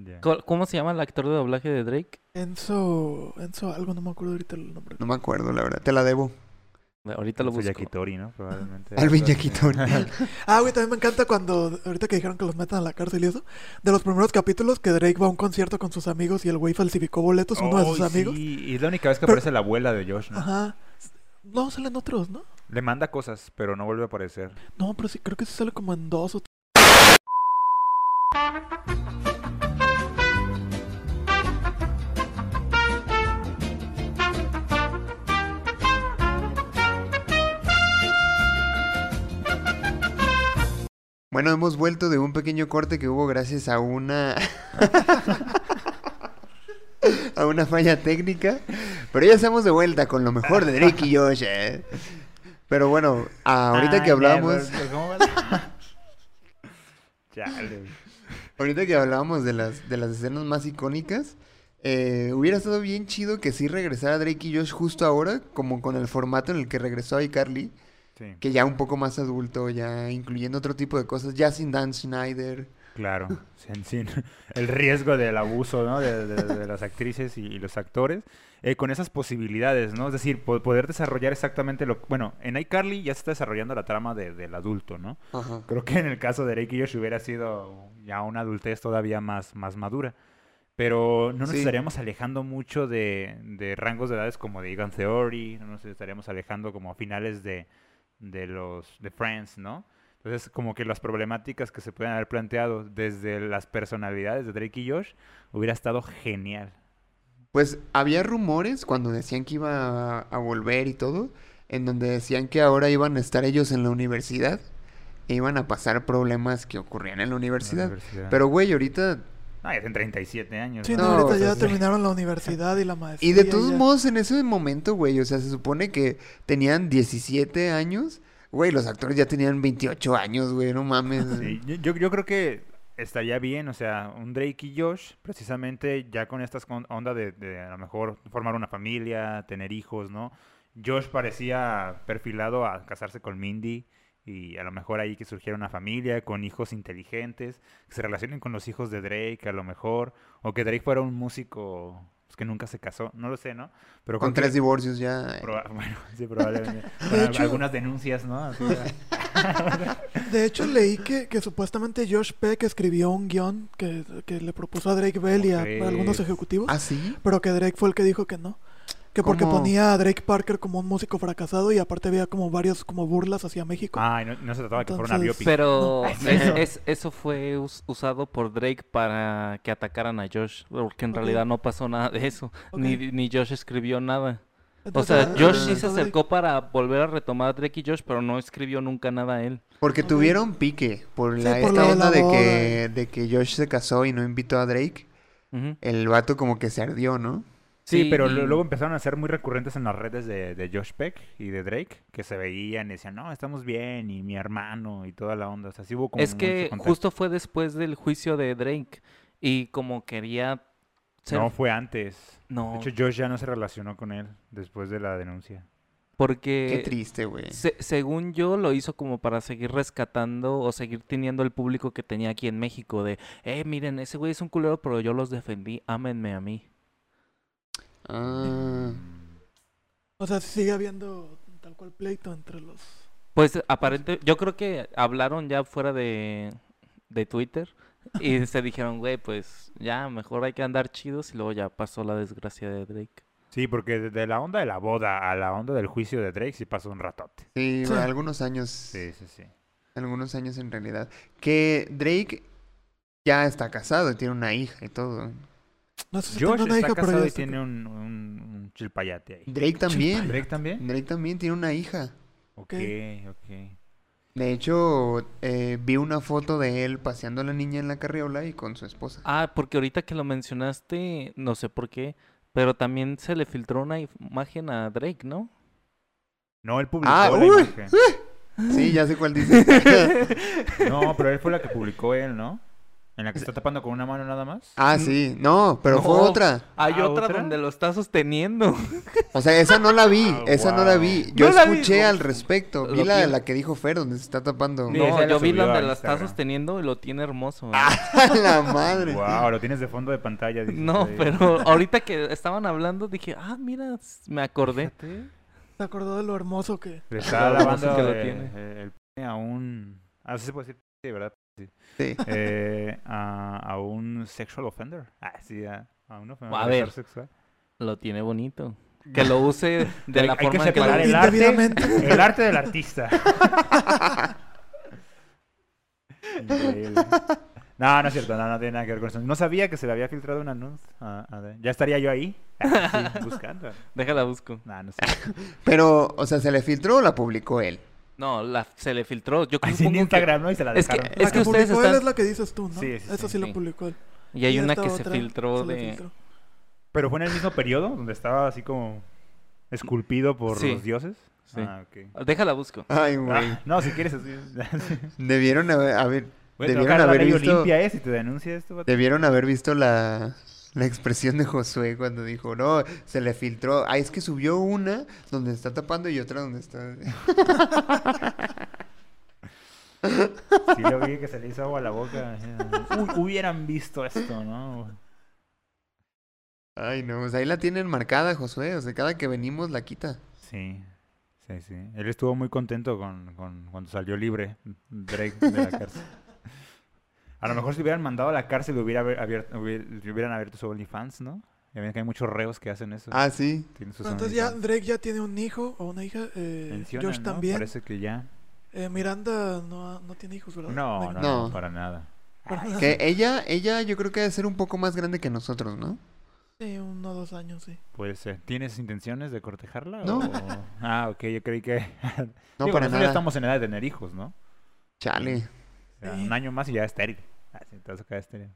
Ya. Co- ¿Cómo se llama el actor de doblaje de Drake? Enzo, Enzo algo, no me acuerdo ahorita el nombre. No me acuerdo, la verdad, te la debo. Ahorita lo Su busco. yakitori, ¿no? Probablemente. Alvin Algo así. Yakitori. Ah, güey, también me encanta cuando, ahorita que dijeron que los metan a la cárcel y eso, de los primeros capítulos que Drake va a un concierto con sus amigos y el güey falsificó boletos, uno de sus Oh, amigos. Sí, y es la única vez que Pero- aparece la abuela de Josh, ¿no? Ajá. No, salen otros, ¿no? Le manda cosas, pero no vuelve a aparecer. No, pero sí, creo que se sale como en dos o Bueno, hemos vuelto de un pequeño corte que hubo gracias a una. a una falla técnica. Pero ya estamos de vuelta con lo mejor de Drake y Josh. ¿eh? Pero bueno, ahorita Ah, que hablamos. (laughs) Chale. Ahorita que hablábamos de las, de las escenas más icónicas, eh, hubiera estado bien chido que sí regresara Drake y Josh justo ahora, como con el formato en el que regresó iCarly, Sí, que ya un poco más adulto, ya incluyendo otro tipo de cosas, ya sin Dan Schneider. claro. Sin, sin (laughs) el riesgo del abuso, ¿no? De, de- de las actrices y, y los actores. eh, con esas posibilidades, ¿no? Es decir, po- poder desarrollar exactamente lo... Bueno, en iCarly ya se está desarrollando la trama de- del adulto, ¿no? Ajá. Creo que en el caso de Drake y Josh hubiera sido ya una adultez todavía más, más madura. Pero no nos Sí. estaríamos alejando mucho de, de rangos de edades como de Egan Theory, no nos estaríamos alejando como a finales de, de los de Friends, ¿no? Entonces, como que las problemáticas que se pueden haber planteado desde las personalidades de Drake y Josh hubiera estado genial. Pues había rumores cuando decían que iba a, a volver y todo, en donde decían que ahora iban a estar ellos en la universidad e iban a pasar problemas que ocurrían en la universidad. Pero güey, ahorita... No, ya tienen 37 años. Sí, ¿no? no, No, ahorita pues, ya sí. terminaron la universidad y la maestría. Y de todos ya. modos, en ese momento, güey, o sea, se supone que tenían 17 años. Güey, los actores ya tenían 28 años, güey, no mames. Sí, yo, yo- yo creo que estaría bien, o sea, un Drake y Josh, precisamente ya con estas con- onda de, de a lo mejor formar una familia, tener hijos, ¿no? Josh parecía perfilado a casarse con Mindy y a lo mejor ahí que surgiera una familia con hijos inteligentes, que se relacionen con los hijos de Drake a lo mejor, o que Drake fuera un músico pues, que nunca se casó, no lo sé, ¿no? Pero Con creo tres que (laughs) divorcios ya. proba- bueno, sí, probablemente. Con al- hecho- algunas denuncias, ¿no? Así, De hecho, leí que, que supuestamente Josh Peck escribió un guión que, que le propuso a Drake Bell y a, Ok. a algunos ejecutivos, ¿Ah, sí? pero que Drake fue el que dijo que no. Que porque ¿Cómo? ponía a Drake Parker como un músico fracasado y aparte había como varios como burlas hacia México. Ah, no, no se trataba de que fuera una Entonces- biopic. Pero No. es- es- eso fue us- usado por Drake para que atacaran a Josh, porque en Ok. realidad no pasó nada de eso, Ok. ni, ni Josh escribió nada. O Entonces, sea, ah, Josh sí ah, se Drake. acercó para volver a retomar a Drake y Josh, pero no escribió nunca nada a él. Porque Ok. tuvieron pique por Sí, la, esta por lo de la onda de boda que, de que Josh se casó y no invitó a Drake. Ujú. El vato como que se ardió, ¿no? Sí, pero y- lo- luego empezaron a ser muy recurrentes en las redes de, de Josh Peck y de Drake, que se veían y decían, no, estamos bien, y mi hermano, y toda la onda. O sea, sí hubo como es mucho que contacto. justo fue después del juicio de Drake y como quería ser... No, fue antes. De no, hecho, Josh ya no se relacionó con él después de la denuncia. Qué porque triste, güey. se- según yo lo hizo como para seguir rescatando o seguir teniendo el público que tenía aquí en México de, eh, miren, ese güey es un culero, pero yo los defendí, ámenme a mí. Ah, Mm. O sea, sigue habiendo tal cual pleito entre los... Pues aparente, yo creo que hablaron ya fuera de, de Twitter y se dijeron, güey, pues ya, mejor hay que andar chidos y luego ya pasó la desgracia de Drake. Sí, porque desde la onda de la boda a la onda del juicio de Drake sí pasó un ratote. sí, Sí. algunos años. Sí, sí, sí. Algunos años en realidad. Que Drake ya está casado y tiene una hija y todo. No sé si Josh tengo una está hija, pero casado ya y está- tiene un, un, un chilpayate ahí. Drake también. ¿Drake ¿eh? también? Drake también tiene una hija. Ok, ok. De hecho, eh, vi una foto de él paseando a la niña en la carriola y con su esposa. Ah, porque ahorita que lo mencionaste, no sé por qué, pero también se le filtró una if- imagen a Drake, ¿no? No, él publicó Ah, la uy. imagen. Ah. Sí, ya sé cuál dice. (laughs) No, pero él fue la que publicó él, ¿no? En la que está tapando con una mano nada más. ah, sí. No, pero fue No. otra. Hay ¿Ah, otra, otra? donde lo está sosteniendo. O sea, esa no la vi. Ah, esa no la wow. vi. Yo No la vi. escuché al respecto. Vi Lo la, tiene. la que dijo Fer, donde se está tapando. Sí, O esa sea, la yo vi subió a donde lo está Instagram. sosteniendo y lo tiene hermoso. ¿eh? (laughs) ¡A la madre! Wow, lo tienes de fondo de pantalla. dices, no, ahí. pero ahorita que estaban hablando dije, ah, mira, s- me (laughs) acordé. Se acordó de lo hermoso que... Le está Lo hermoso lavando que lo eh, tiene. eh, el pene a un. Ah, sí se puede decir, sí, ¿verdad? Sí. Eh, a, a un sexual offender. Ah, sí, a, a un ofensor A ver. sexual. Lo tiene bonito. Que lo use (laughs) de Hay- la hay que forma en que lo separar use. el arte. Indebidamente. El arte del artista. Increíble. No, no es cierto, no, no tiene nada que ver con eso. No sabía que se le había filtrado una nude. a- a- ya estaría yo ahí ah, (laughs) sí, buscando. Déjala busco. No, no sé. Pero, o sea, ¿se le filtró o la publicó él? No, la, se le filtró. Yo Así Ah, supongo en que- Instagram, ¿no? Y se la es que- dejaron. es La que ustedes publicó él están- es la que dices tú, ¿no? Sí, sí, sí, Esa sí, la sí. publicó él. Y hay una esta que se otra filtró se le de... filtró. Pero fue en el mismo periodo donde estaba así como esculpido por Sí. los dioses. Sí. Ah, ok. Déjala busco. Ay, güey. Ah, no, si quieres así. (laughs) sí. Debieron haber, haber- Voy a Debieron tocar la haber ley visto- Olimpia, eh, si te denuncia esto. vato. debieron haber visto la, la expresión de Josué cuando dijo, no, se le filtró. Ah, es que subió una donde está tapando y otra donde está... (laughs) Sí lo vi que se le hizo agua a la boca. Uy, hubieran visto esto, ¿no? Ay, no, o sea, ahí la tienen marcada, Josué. O sea, cada que venimos la quita. Sí, sí, sí. Él estuvo muy contento con, con- cuando salió libre Drake de la cárcel. A lo mejor si lo hubieran mandado a la cárcel hubiera abier- abierto, hubier- le hubieran abierto su OnlyFans, ¿no? Ya ven que hay muchos reos que hacen eso. Ah, sí. Tienen sus Pero entonces ya OnlyFans. Drake ya tiene un hijo o una hija. eh, Mencionan, Josh ¿no? también. Parece que ya. Eh, Miranda no, ha- no tiene hijos, ¿verdad? No, no, No. no, para nada. Perdón. Que ella, ella yo creo que debe ser un poco más grande que nosotros, ¿no? Sí, uno o dos años, sí. Eh, Puede ser. ¿Tienes intenciones de cortejarla? No. o- Ah, ok, yo creí que. No, Digo, para nosotros nada. ya estamos en edad de tener hijos, ¿no? Chale. O sea, Sí. Un año más y ya estéril. Ah, sí, te vas a quedar estéril.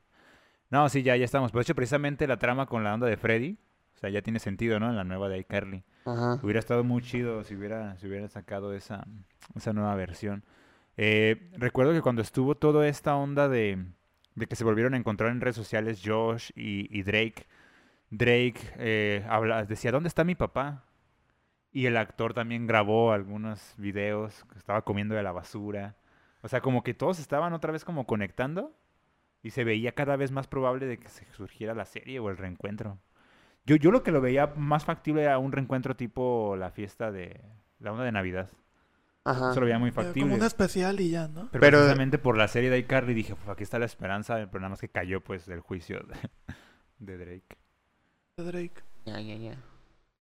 No, sí, ya, ya estamos. Pero de hecho, precisamente la trama con la onda de Freddy, o sea, ya tiene sentido, ¿no? En la nueva de iCarly. Ajá. Hubiera estado muy chido si hubiera, si hubiera sacado esa, esa nueva versión. Eh, recuerdo que cuando estuvo toda esta onda de, de que se volvieron a encontrar en redes sociales Josh y, y Drake, Drake eh, habla- decía, ¿dónde está mi papá? Y el actor también grabó algunos videos que estaba comiendo de la basura. O sea, como que todos estaban otra vez como conectando y se veía cada vez más probable de que se surgiera la serie o el reencuentro. Yo, yo lo que lo veía más factible era un reencuentro tipo la fiesta de la onda de Navidad. Ajá. Se lo veía muy Pero factible. Como una especial y ya, ¿no? Pero, Ah. Pero- precisamente por la serie de iCarly dije, "Uf, aquí está la esperanza, pero nada más que cayó pues del juicio de, de Drake. De Drake. Ya, ya, ya.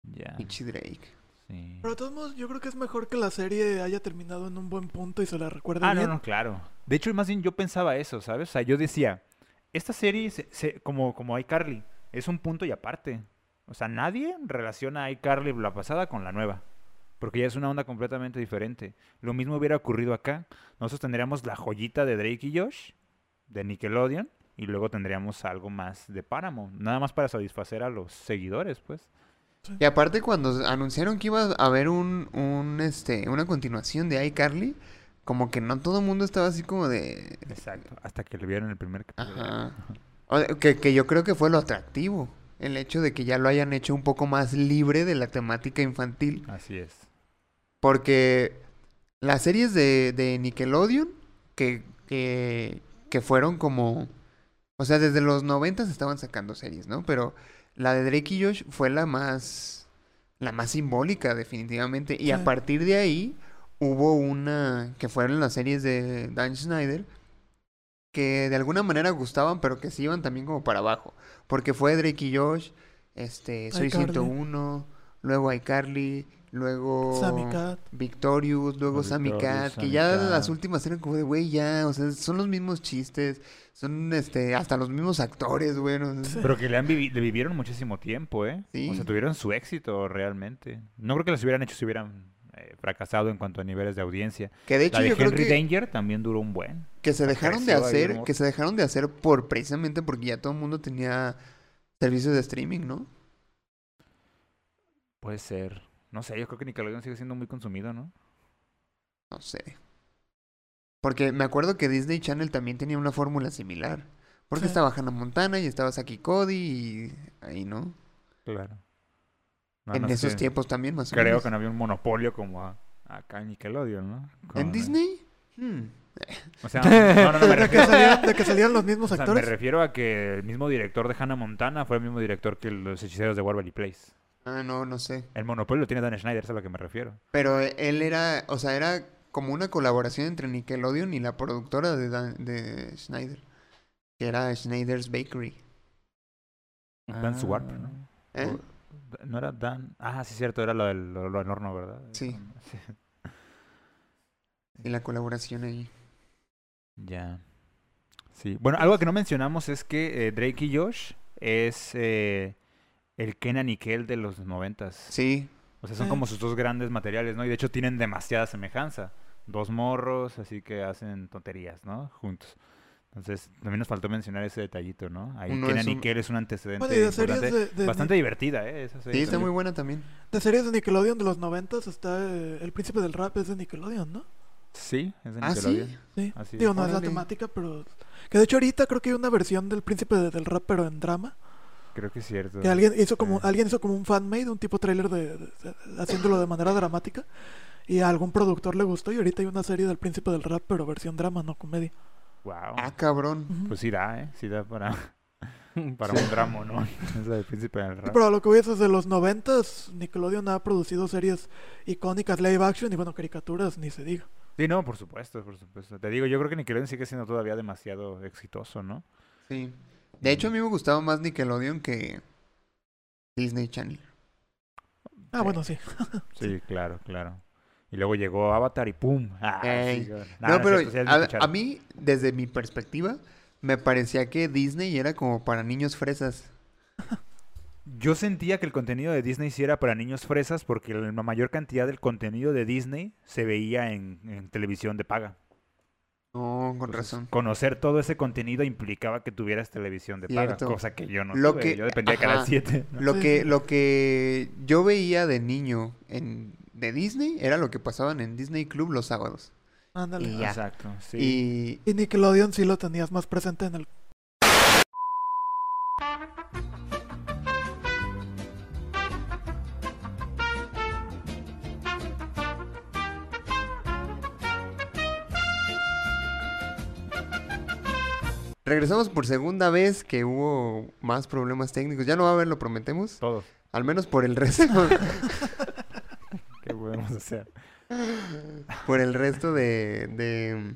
Ya. Pinche Drake. sí. Pero de todos modos, yo creo que es mejor que la serie haya terminado en un buen punto y se la recuerde Ah, no, bien. no, claro. De hecho, más bien yo pensaba eso, ¿sabes? O sea, yo decía, esta serie, se- se- como, como iCarly, es un punto y aparte. O sea, nadie relaciona a iCarly la pasada con la nueva. Porque ya es una onda completamente diferente. Lo mismo hubiera ocurrido acá. Nosotros tendríamos la joyita de Drake y Josh, de Nickelodeon, y luego tendríamos algo más de Paramount. Nada más para satisfacer a los seguidores, pues. Y aparte cuando anunciaron que iba a haber un, un este, una continuación de iCarly, como que no todo el mundo estaba así como de... Exacto. Hasta que le vieron el primer capítulo. Ajá. O sea, que, que yo creo que fue lo atractivo, el hecho de que ya lo hayan hecho un poco más libre de la temática infantil. Así es. Porque las series de, de Nickelodeon, que, que, que fueron como... O sea, desde los 90 se estaban sacando series, ¿no? Pero la de Drake y Josh fue la más... La más simbólica, definitivamente. Y a Sí. partir de ahí hubo una... Que fueron las series de Dan Schneider. Que de alguna manera gustaban, pero que se iban también como para abajo. Porque fue Drake y Josh, este, Soy iCarly. 101, luego iCarly, luego... Sammy Cat. Victorious, luego Sammy Victorious, Cat, que ya Sammy las Cat. últimas eran como de, güey, ya, o sea, son los mismos chistes, son, este, hasta los mismos actores, güey, (laughs) no sé. Sí. Pero que le, han vivi- le vivieron muchísimo tiempo, ¿eh? O Sí. sea, tuvieron su éxito realmente. No creo que las hubieran hecho si hubieran eh, fracasado en cuanto a niveles de audiencia. Que de La hecho de yo creo Henry que, Danger también duró un buen. que se dejaron de creció ahí el hacer, humor. que se dejaron de hacer por, precisamente porque ya todo el mundo tenía servicios de streaming, ¿no? Puede ser. No sé, yo creo que Nickelodeon sigue siendo muy consumido, ¿no? No sé. Porque me acuerdo que Disney Channel también tenía una fórmula similar. Porque Sí. estaba Hannah Montana y estaba Saki Cody y ahí, ¿no? Claro. en esos tiempos también, más o Ah, Creo menos. que no había un monopolio como a- acá en Nickelodeon, ¿no? Con- ¿En Disney? Hmm. O sea, no, (laughs) no, no, me De que, refiero, salían, de que salían los (laughs) mismos o sea, me actores. refiero a que el mismo director de Hannah Montana fue el mismo director que los hechiceros de Waverly Place. Ah, no, no sé. El monopolio lo tiene Dan Schneider, es a lo que me refiero. Pero e- él era, o sea, era como una colaboración entre Nickelodeon y la productora de, Dan- de Schneider, que era Schneider's Bakery. Dan Swarp, ¿no? ¿eh? Oh. No era Dan. Ah, sí, cierto, era lo del, lo, lo del horno, ¿verdad? Sí. Sí. Y la colaboración ahí. Ya. Sí. Bueno, algo que no mencionamos es que eh, Drake y Josh es eh, el Kenan y Kel de los noventas. Sí, O sea, son Ah. como sus dos grandes materiales, ¿no? Y de hecho tienen demasiada semejanza. Dos morros, así que hacen tonterías, ¿no? Juntos. Entonces, también nos faltó mencionar ese detallito, ¿no? Ahí Uno Kenan es y un- Kel es un antecedente Bueno, y de series importante. de, de- Bastante divertida, ¿eh? Esa serie sí, está también. muy buena también. de series de Nickelodeon de los noventas está eh, El Príncipe del Rap es de Nickelodeon, ¿no? Sí, es de Ah, Nickelodeon. sí. Sí. Así Digo, es. no es Órale. la temática, pero... Que de hecho ahorita creo que hay una versión del Príncipe de- del Rap, pero en drama. Creo que es cierto. Que alguien hizo como, Sí. alguien hizo como un fanmade, un tipo trailer de, de- de- haciéndolo de manera dramática. Y a algún productor le gustó y ahorita hay una serie del Príncipe del Rap, pero versión drama, no comedia. Wow. Ah, cabrón. Ujú. Pues sí da, ¿eh? Sí da para, (laughs) para Ah, Sí. un drama, (laughs) ¿no? (laughs) Es la del príncipe del rap. Pero a lo que voy es desde los noventas, Nickelodeon ha producido series icónicas, live action y bueno, caricaturas, ni se diga. Sí, no, por supuesto, por supuesto. Te digo, yo creo que Nickelodeon sigue siendo todavía demasiado exitoso, ¿no? Sí. De hecho, a mí me gustaba más Nickelodeon que Disney Channel. Ah, bueno, sí. Sí, claro, claro. Y luego llegó Avatar y ¡pum! (laughs) Ah, Ey. sí, claro. Nah, No, es pero cierto, sí, es mi a, cuchara. a mí, desde mi perspectiva, me parecía que Disney era como para niños fresas. Yo sentía que el contenido de Disney sí era para niños fresas porque la la mayor cantidad del contenido de Disney se veía en, en televisión de paga. No, con Entonces, razón. Conocer todo ese contenido implicaba que tuvieras televisión de Cierto. paga, cosa que yo no Lo tuve. que- Yo dependía de Canal ajá. 7. ¿no? Lo Sí, que, sí. lo que yo veía de niño en, de Disney era lo que pasaban en Disney Club los sábados. Ándale. Y ya. Exacto, sí. Y Y Nickelodeon sí lo tenías más presente en el... regresamos por segunda vez que hubo más problemas técnicos. Ya no va a haber, lo prometemos. (laughs) Todos. Al menos por el resto. (laughs) ¿Qué podemos hacer? por el resto de, de-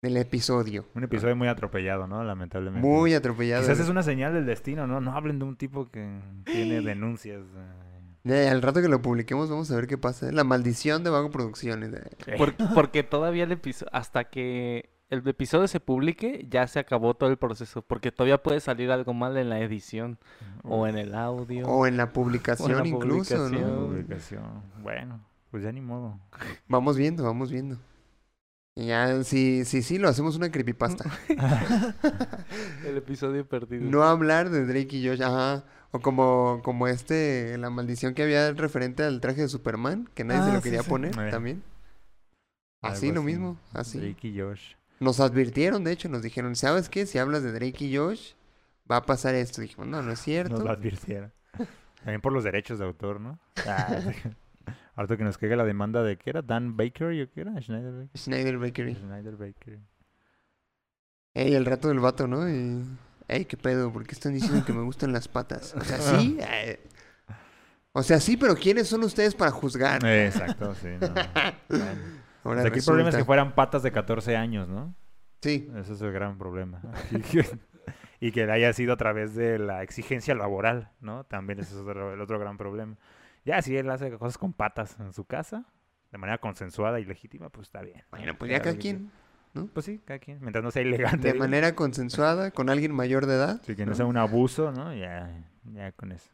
del episodio. Un episodio muy atropellado, ¿no? Lamentablemente. Muy atropellado. Quizás es una señal del destino, ¿no? No hablen de un tipo que tiene denuncias. eh. Ya, al rato que lo publiquemos vamos a ver qué pasa. La maldición de Vago Producciones. eh. Por- porque todavía el episodio, hasta que el episodio se publique, ya se acabó todo el proceso. Porque todavía puede salir algo mal en la edición o en el audio. Oh. O en la publicación incluso, ¿no? Una publicación. publicación. Bueno, pues ya ni modo. Vamos viendo, vamos viendo. Y ya, sí, sí, sí, lo hacemos una creepypasta. El episodio perdido. No hablar de Drake y Josh, ajá. O como, como este, la maldición que había referente al traje de Superman, que nadie se Ah, lo sí, quería sí. poner Eh. también. Algo Así, lo mismo, así. Drake y Josh. Nos advirtieron, de hecho, nos dijeron, ¿sabes qué? Si hablas de Drake y Josh, va a pasar esto. Dijimos, no, no es cierto. Nos lo advirtieron. También por los derechos de autor, ¿no? Ah, (laughs) sí. Harto que nos caiga la demanda de que era Dan Baker, yo que era Schneider Baker. Schneider Bakery. Schneider Baker. Ey, el rato del vato, ¿no? Y, Ey, qué pedo, ¿por qué están diciendo que me gustan las patas? O sea, (laughs) sí. eh, O sea, sí, pero ¿quiénes son ustedes para juzgar? Eh, Exacto, sí. (laughs) No. Bueno. O Ahora sea, aquí el problema es que resulta. fueran patas de 14 años, ¿no? Sí, Ese es el gran problema. (laughs) y que haya sido a través de la exigencia laboral, ¿no? También ese es otro- el otro gran problema. Ya, si él hace cosas con patas en su casa, de manera consensuada y legítima, pues está bien. bueno, pues ya cada quien. Pues sí, cada quien. Mientras no sea elegante. De digo. manera consensuada, con alguien mayor de edad. Sí, que no sea un abuso, ¿no? Ya, ya con eso.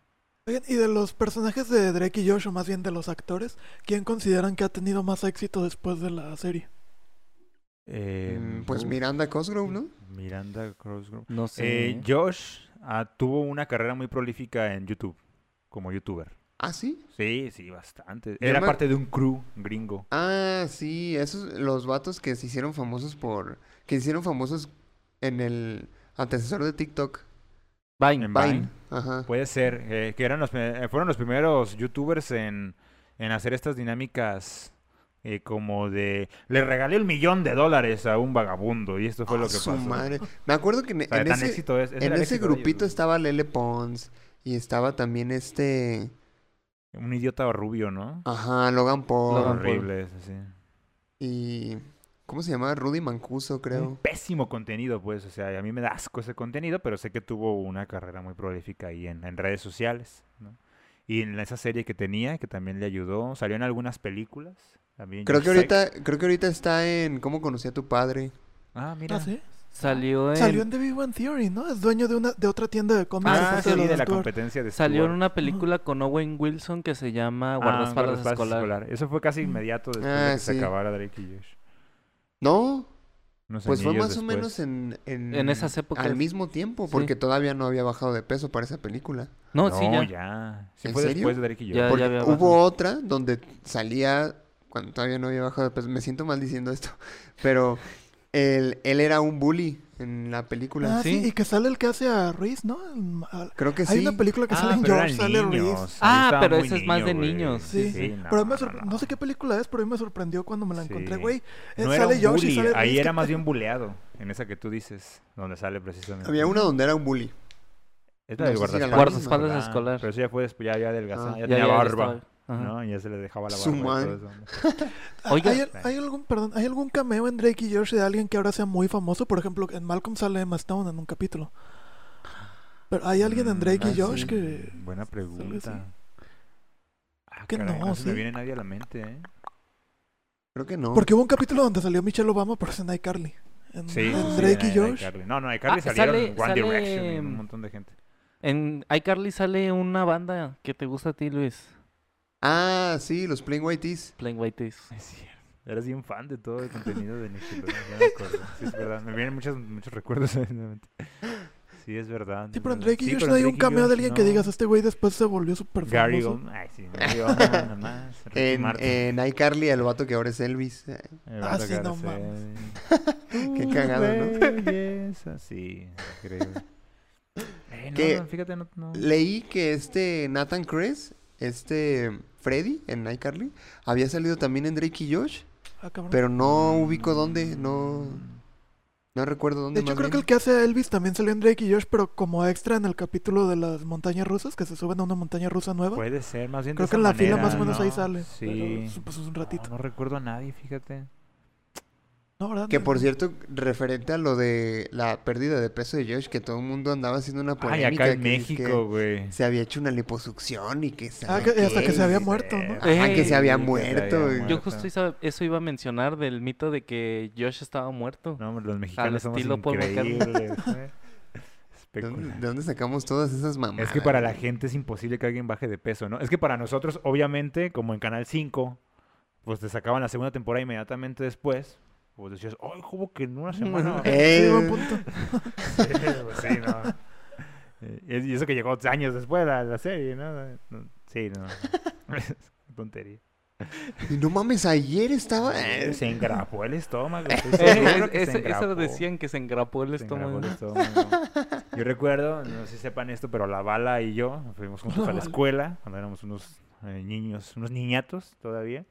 Oigan, y de los personajes de Drake y Josh, o más bien de los actores, ¿quién consideran que ha tenido más éxito después de la serie? Eh, Mm, Pues uf, Miranda Cosgrove, ¿no? Miranda Cosgrove. No sé. Eh, Josh ah, tuvo una carrera muy prolífica en YouTube, como youtuber. Ah, sí. Sí, sí, bastante. Yo Era me- parte de un crew gringo. Ah, sí, esos los vatos que se hicieron famosos por que se hicieron famosos en el antecesor de TikTok, Vine. en Vine, Vine. ajá. Puede ser, eh, que eran los, eh, fueron los primeros youtubers en, en hacer estas dinámicas eh, como de... Le regalé el millón de dólares a un vagabundo y esto fue Ah, lo que su pasó. madre. Me acuerdo que en, O sea, en tan ese éxito es, ese en era el ese éxito de ellos, grupito estaba Lele Pons y estaba también este, güey. Un idiota rubio, ¿no? ajá, Logan Paul Logan Paul. Horrible, eso sí. y ¿cómo se llamaba? Rudy Mancuso, Un creo. pésimo contenido, pues. O sea, a mí me da asco ese contenido, pero sé que tuvo una carrera muy prolífica ahí en, en redes sociales, ¿no? Y en esa serie que tenía, que también le ayudó. Salió en algunas películas. También Creo Josh que Sex. ahorita creo que ahorita está en ¿Cómo conocí a tu padre? Ah, mira. ¿Ah, sí? Salió en, Salió en The Big Bang Theory, ¿no? Es dueño de una de otra tienda de cómics. Ah, aparte sí, los de la Stuart. competencia de Ah, salió en Stuart. una película con Owen Wilson que se llama Ah, Guardaespaldas guardaespaldas Escolar. Eso fue casi inmediato después de Ah, que sí. se acabara Drake y Josh. No, Unos Pues fue añillos más o después. menos en, en... En esas épocas. Al mismo tiempo, Sí. porque todavía no había bajado de peso para esa película. No, sí, ya. Sí ¿En fue serio? después de Drake y Josh. Ya, Porque había hubo bajado. otra donde salía, cuando todavía no había bajado de peso, me siento mal diciendo esto, (laughs) pero él, él era un bully en la película. Ah, sí, Sí. y que sale el que hace a Reese, ¿no? El- al- Creo que Hay sí. una película que sale Ah, en pero George, eran sale niños. Reese. Ahí Ah, estaba pero muy ese es más de güey. niños. Sí, no, pero a mí me no, sorpre- no. no sé qué película es, pero a mí me sorprendió cuando me la Sí. encontré, güey. Eh, No era sale un George y bully, sale ahí Reese, era ¿qué más pe- bien buleado, en esa que tú dices, donde sale precisamente. Había una donde era un bully. Es no la del sé si era la guardaespaldas. Ah, misma. Guardaespaldas escolar. Pero eso ya fue después, ya había adelgazado, Ah, ya, Ya, tenía ya, ya barba, estaba- ajá. ¿no? Y ya se le dejaba la barba. Su y madre. todo eso. (laughs) Ah, Oiga. ¿Hay, hay algún, perdón, ¿hay algún cameo en Drake y George de alguien que ahora sea muy famoso? Por ejemplo, en Malcolm sale Emma Stone en un capítulo. Pero hay alguien en Mm, Drake ah, y George sí. que... Buena pregunta. Ah, Que caray, no, no, se sí. me viene nadie a la mente, ¿eh? Creo que no. Porque hubo un capítulo donde salió Michelle Obama, pero es en iCarly. En, Sí, en sí, sí, Drake en y George. iCarly. No, no, iCarly Ah, salieron sale- One Direction y sale- un montón de gente. En iCarly sale una banda que te gusta a ti, Luis. Ah, sí, los Plain Whiteys. Plain White Tees. Es cierto. Eras bien fan de todo el contenido de Nickelodeon, ya me acuerdo. Sí, es verdad. Me vienen muchos, muchos recuerdos (laughs) a la mente. Sí, es verdad. Sí, es pero en verdad. Drake y Sí, George pero no en hay Drake y un cameo de Josh alguien que no. digas, este güey después se volvió súper Gary famoso. Goldman. Ay, sí. (laughs) Gary Goldman, nada más. Ricky En, Martin. en iCarly, el vato que ahora es Elvis. Eh, El eh, Ah, vato sí, que no hace- mames. Qué cagado, ¿no? Belleza, sí. Increíble. Eh, no, Que- no, fíjate, no... no. Leí que este Nathan Chris, este Freddy en iCarly, había salido también en Drake y Josh, Ah, cabrón. pero no ubico dónde, no, No recuerdo dónde De hecho, más creo que bien. el que hace a Elvis también salió en Drake y Josh, pero como extra en el capítulo de las montañas rusas, que se suben a una montaña rusa nueva. Puede ser, más bien de creo esa que en la fila manera, más o menos ahí ¿no? sale. Sí. Pero es- pues es un No, ratito. No, recuerdo a nadie, fíjate. No, ¿verdad? Que No, por no. cierto, referente a lo de la pérdida de peso de Josh, que todo el mundo andaba haciendo una Ay, polémica. acá en que es que México, güey. se había hecho una liposucción y que Ah, sabe que- hasta qué, que se había y- muerto, ¿no? Ajá, Ey, que se había que se muerto. había y- Yo muerto. justo isa- eso iba a mencionar del mito de que Josh estaba muerto. No, hombre, los mexicanos somos estilo Paul McCartney. (laughs) increíbles, güey. ¿De dónde, Especula- de dónde sacamos todas esas mamadas? Es que para la gente es imposible que alguien baje de peso, ¿no? Es que para nosotros, obviamente, como en Canal 5, pues te sacaban la segunda temporada inmediatamente después. Pues decías, ¡ay, como que en (laughs) una semana! (laughs) Eh, Sí, buen punto. Sí, pues sí, no. Eh, Y eso que llegó años después la, la serie, ¿no? No, (laughs) Sí, no. (laughs) Tontería. y no mames, ayer estaba. Se engrapó (laughs) el estómago. estoy Eh, seguro que es- se ese- eso engrapó. decían que se engrapó el Se engrapó estómago. el estómago. Yo recuerdo, no sé si sepan esto, pero la bala y yo fuimos juntos La a la Bala. escuela cuando éramos unos eh, niños, unos niñatos todavía.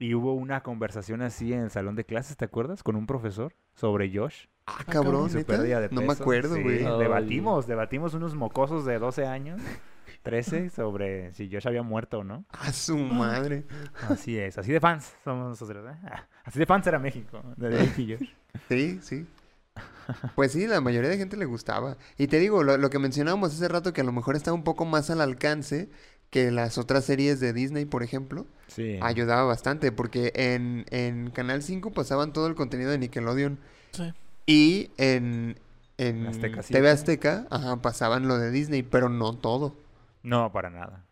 Y hubo una conversación así en el salón de clases, ¿te acuerdas? Con un profesor sobre Josh. Ah, cabrón, cabrón, y su ¿neta? pérdida de No me peso. acuerdo, Sí, Oh. güey. Ah. Debatimos, debatimos unos mocosos de 12 años, 13, sobre si Josh había muerto o no. A su Ah. madre. Así es, así de fans somos nosotros, ¿eh? Ah, Así de fans era México, de Drake y Josh. Sí, sí. Pues sí, la mayoría de gente le gustaba. Y te digo, lo, lo que mencionábamos hace rato, que a lo mejor está un poco más al alcance que las otras series de Disney, por ejemplo, Sí. ayudaba bastante, porque en, en Canal 5 pasaban todo el contenido de Nickelodeon. Sí. Y en, en Azteca siete. TV Azteca ajá, pasaban lo de Disney, pero no todo. No, para nada.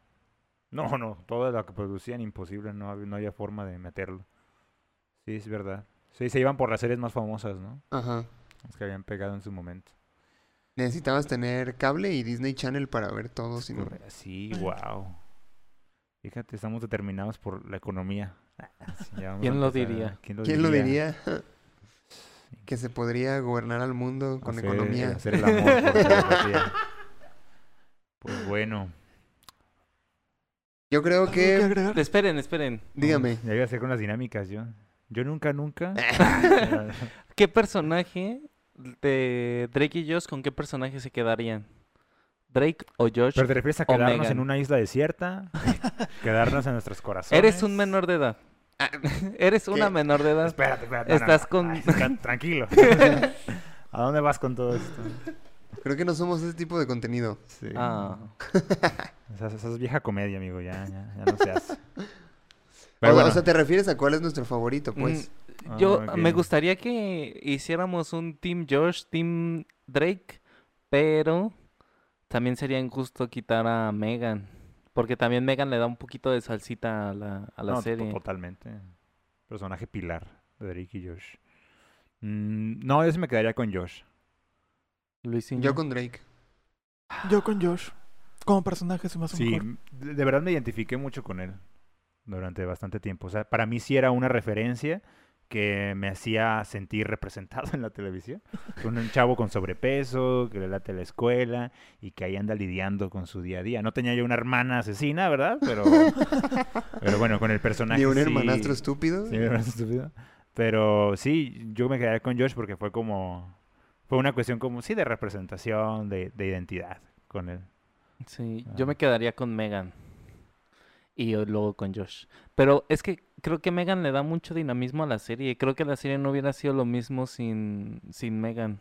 No, (laughs) no, todo lo que producían imposible, no, hab- no había forma de meterlo. Sí, es verdad. Sí, se iban por las series más famosas, ¿no? Ajá. Las que habían pegado en su momento. Necesitabas tener cable y Disney Channel para ver todo. Si Oh, no... Corre- Sí, Ay. wow. Fíjate, estamos determinados por la economía. (laughs) Ah, Sí, ya vamos a ¿Quién lo empezar a- diría? ¿Quién lo ¿Quién lo diría? (laughs) que se podría gobernar al mundo con Hacer- economía. hacer el amor (laughs) por telepatía. pues bueno, Yo creo ¿Algo que que. (laughs) agregar? Esperen, esperen. Dígame. ya iba a hacer con las dinámicas yo. Yo (laughs) nunca, nunca. Ah, ¿Qué personaje de Drake y Josh con qué personaje se quedarían? ¿Drake o Josh? Pero te refieres a quedarnos Megan. en una isla (laughs) desierta, quedarnos en nuestros corazones. Eres un menor de edad. Ah, (laughs) Eres una ¿Qué? menor de edad. Espérate, espérate. no, no, Estás no. con- Ay, ca- (laughs) tranquilo. ¿A dónde vas con todo esto? Creo que no somos ese tipo de contenido. Sí. Ah. Esa, esa es vieja comedia, amigo, ya, ya, ya no se (laughs) hace. o, Pero bueno, o sea, ¿te refieres a cuál es nuestro favorito? Pues. Mm, Yo Ah, me ok. gustaría que hiciéramos un Team Josh, Team Drake, pero también sería injusto quitar a Megan. Porque también Megan le da un poquito de salsita a la, a la no, to- serie. totalmente. Personaje pilar de Drake y Josh. Mm, no, yo sí me quedaría con Josh. Luisinho. Yo con Drake. Yo con Josh. Como personaje se me hace Sí, mejor. m- de de verdad me identifiqué mucho con él durante bastante tiempo. O sea, para mí sí era una referencia que me hacía sentir representado (laughs) en la televisión. Con un chavo con sobrepeso, que le late la escuela y que ahí anda lidiando con su día a día. No tenía yo una hermana asesina, ¿verdad? Pero, pero bueno, con el personaje. Ni un sí- hermanastro estúpido. Sí, me parece estúpido. Pero sí, yo me quedé con Josh porque fue como. Fue una cuestión como, sí, de representación, de, de identidad con él. Sí, Ah. yo me quedaría con Megan. Y yo luego con Josh. Pero es que creo que Megan le da mucho dinamismo a la serie. Creo que la serie no hubiera sido lo mismo sin, sin Megan.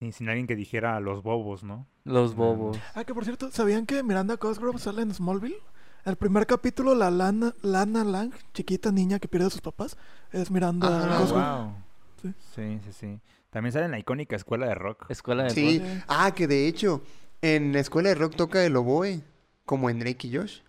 Y sin alguien que dijera a los bobos, ¿no? Los Mm. bobos. Ah, que por cierto, ¿sabían que Miranda Cosgrove sale en Smallville? El primer capítulo, la Lana, Lana Lang, chiquita niña que pierde a sus papás, es Miranda Ah, Cosgrove. wow. Sí. Sí, sí, sí. También sale en la icónica escuela de rock. Escuela de Sí. Rock. Ah, que de hecho, en la escuela de rock toca el oboe. Como en Drake y Josh.